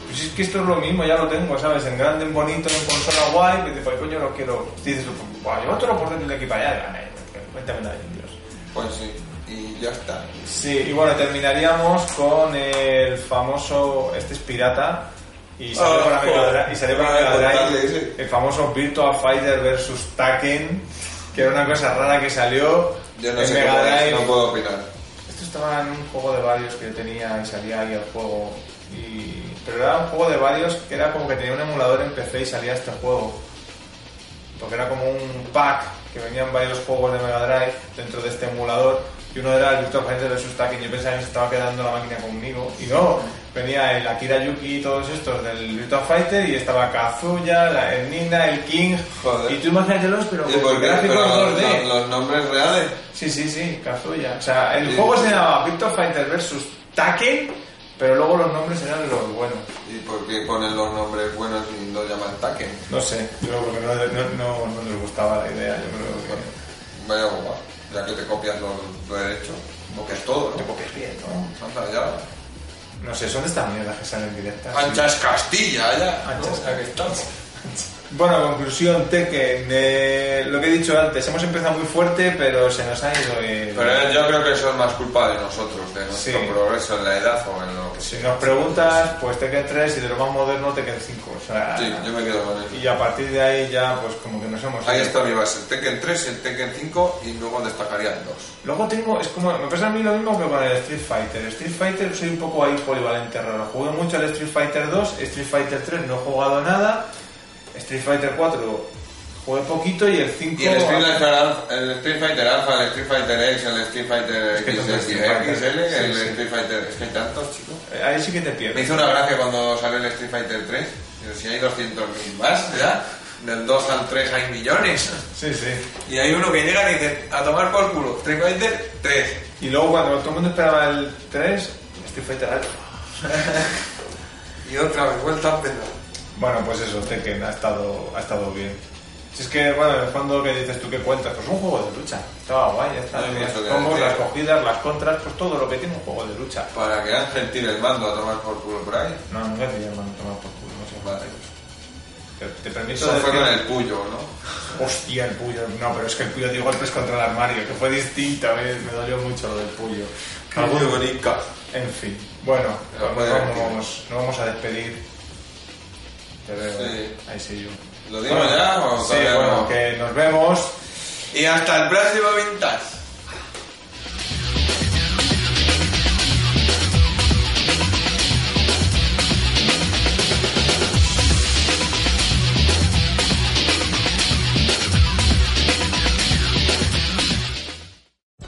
Speaker 2: Pues es que esto es lo mismo, ya lo tengo, ¿sabes? En grande, en bonito, en consola guay, que te digo, coño, lo quiero. Dices, guau, yo otro por dentro de aquí para allá. Eh, Cuéntame nada de Dios.
Speaker 1: Pues sí, y ya está.
Speaker 2: Sí, y bueno, terminaríamos con el famoso, este es pirata, y salió
Speaker 1: Ah,
Speaker 2: para Mega
Speaker 1: joder.
Speaker 2: Drive, y salió para Mega
Speaker 1: Ah,
Speaker 2: Drive,
Speaker 1: contadle, sí.
Speaker 2: el famoso Virtua Fighter versus Taken, que era una cosa rara que salió
Speaker 1: Yo no
Speaker 2: en
Speaker 1: sé
Speaker 2: Mega
Speaker 1: cómo es,
Speaker 2: Drive.
Speaker 1: no puedo opinar.
Speaker 2: Esto estaba en un juego de varios que yo tenía y salía ahí el juego, y... pero era un juego de varios que era como que tenía un emulador en PC y salía este juego. Porque era como un pack que venían varios juegos de Mega Drive dentro de este emulador. Y uno era el Virtua Fighter vs. Tekken. Yo pensaba que se estaba quedando la máquina conmigo. Y no, venía el Akira Yuki y todos estos del Virtua Fighter. Y estaba Kazuya, la, el Nina, el King.
Speaker 1: Joder.
Speaker 2: Y tú imagínatelos, pero
Speaker 1: ¿Y por
Speaker 2: con
Speaker 1: qué?
Speaker 2: gráficos
Speaker 1: Pero
Speaker 2: 2D.
Speaker 1: los, los nombres reales.
Speaker 2: Sí, sí, sí, Kazuya. O sea, el
Speaker 1: Sí.
Speaker 2: juego se llamaba Virtua Fighter vs. Tekken. Pero luego los nombres eran los buenos.
Speaker 1: ¿Y por qué ponen los nombres buenos y los llaman Taken?
Speaker 2: No sé, yo creo que no, no, no, no les gustaba la idea. Yo creo que.
Speaker 1: Vaya boba, ya que te copias los los derechos, porque es todo,
Speaker 2: Te
Speaker 1: ¿no?
Speaker 2: copias bien, ¿no?
Speaker 1: Anda ya.
Speaker 2: No sé, son de estas mierdas que salen directas.
Speaker 1: Anchas Castilla, ya. ¿no?
Speaker 2: Anchas
Speaker 1: Ya que estamos.
Speaker 2: Bueno, conclusión, Tekken. eh, lo que he dicho antes, hemos empezado muy fuerte, pero se nos ha ido. eh,
Speaker 1: Pero yo creo que eso es más culpa de nosotros, de nuestro
Speaker 2: Sí.
Speaker 1: progreso en la edad o en lo que
Speaker 2: Si
Speaker 1: sea.
Speaker 2: nos preguntas, pues Tekken 3 y de lo más moderno, Tekken 5. O sea,
Speaker 1: Sí, yo me quedo con eso.
Speaker 2: Y a partir de ahí ya, pues como que nos hemos.
Speaker 1: Ahí
Speaker 2: ido.
Speaker 1: está mi base, el Tekken 3, el Tekken 5 y luego destacaría el 2.
Speaker 2: Luego tengo, es como, me pasa a mí lo mismo que con el Street Fighter. Street Fighter soy un poco ahí polivalente raro. Jugué mucho al Street Fighter 2, Street Fighter 3 no he jugado nada, Street Fighter 4 Jugué poquito y el 5...
Speaker 1: Y el Street, Fighter Alpha, el Street Fighter Alpha, el Street Fighter X, el Street Fighter
Speaker 2: Es que los
Speaker 1: XXL,
Speaker 2: de Street Fighter, sí,
Speaker 1: el
Speaker 2: sí.
Speaker 1: Street Fighter... Es que hay tantos, chicos.
Speaker 2: Eh, Ahí sí que te
Speaker 1: Me
Speaker 2: pierdes.
Speaker 1: hizo una gracia cuando salió el Street Fighter 3. Pero si hay 200.000 más, ¿verdad? Del 2 al 3 hay millones.
Speaker 2: Sí, sí.
Speaker 1: Y hay uno que llega y dice, a tomar por culo, Street Fighter 3.
Speaker 2: Y luego cuando todo el mundo esperaba el 3, Street Fighter Alpha.
Speaker 1: Y otra vez, vuelta a pedo.
Speaker 2: Bueno, pues eso, Tekken ha estado, ha estado bien. Si es que, bueno, es cuando que dices tú que cuentas, pues un juego de lucha. Estaba guay, ya está.
Speaker 1: No hay
Speaker 2: Las
Speaker 1: mucho que
Speaker 2: combos,
Speaker 1: decir.
Speaker 2: las cogidas, las contras, pues todo lo que tiene un juego de lucha.
Speaker 1: Para que Ángel tire el mando a tomar por culo por ahí.
Speaker 2: No, nunca te llaman a tomar por culo, no sé.
Speaker 1: Vale.
Speaker 2: Te, te permito
Speaker 1: Eso fue
Speaker 2: decir-
Speaker 1: con el Puyo, ¿no?
Speaker 2: Hostia, el puyo. No, pero es que el puyo dio golpes contra el armario, que fue distinto, ¿eh? me dolió mucho lo del puyo.
Speaker 1: Muy
Speaker 2: Algún-
Speaker 1: bonita.
Speaker 2: En fin, bueno,
Speaker 1: Pero
Speaker 2: pues
Speaker 1: fue divertido.
Speaker 2: vamos, nos vamos a despedir. Te veo, eh.
Speaker 1: Sí.
Speaker 2: ahí sí yo.
Speaker 1: ¿Lo digo ya o
Speaker 2: Sí,
Speaker 1: todavía
Speaker 2: bueno,
Speaker 1: no?
Speaker 2: que nos vemos.
Speaker 1: Y hasta el próximo Vintage.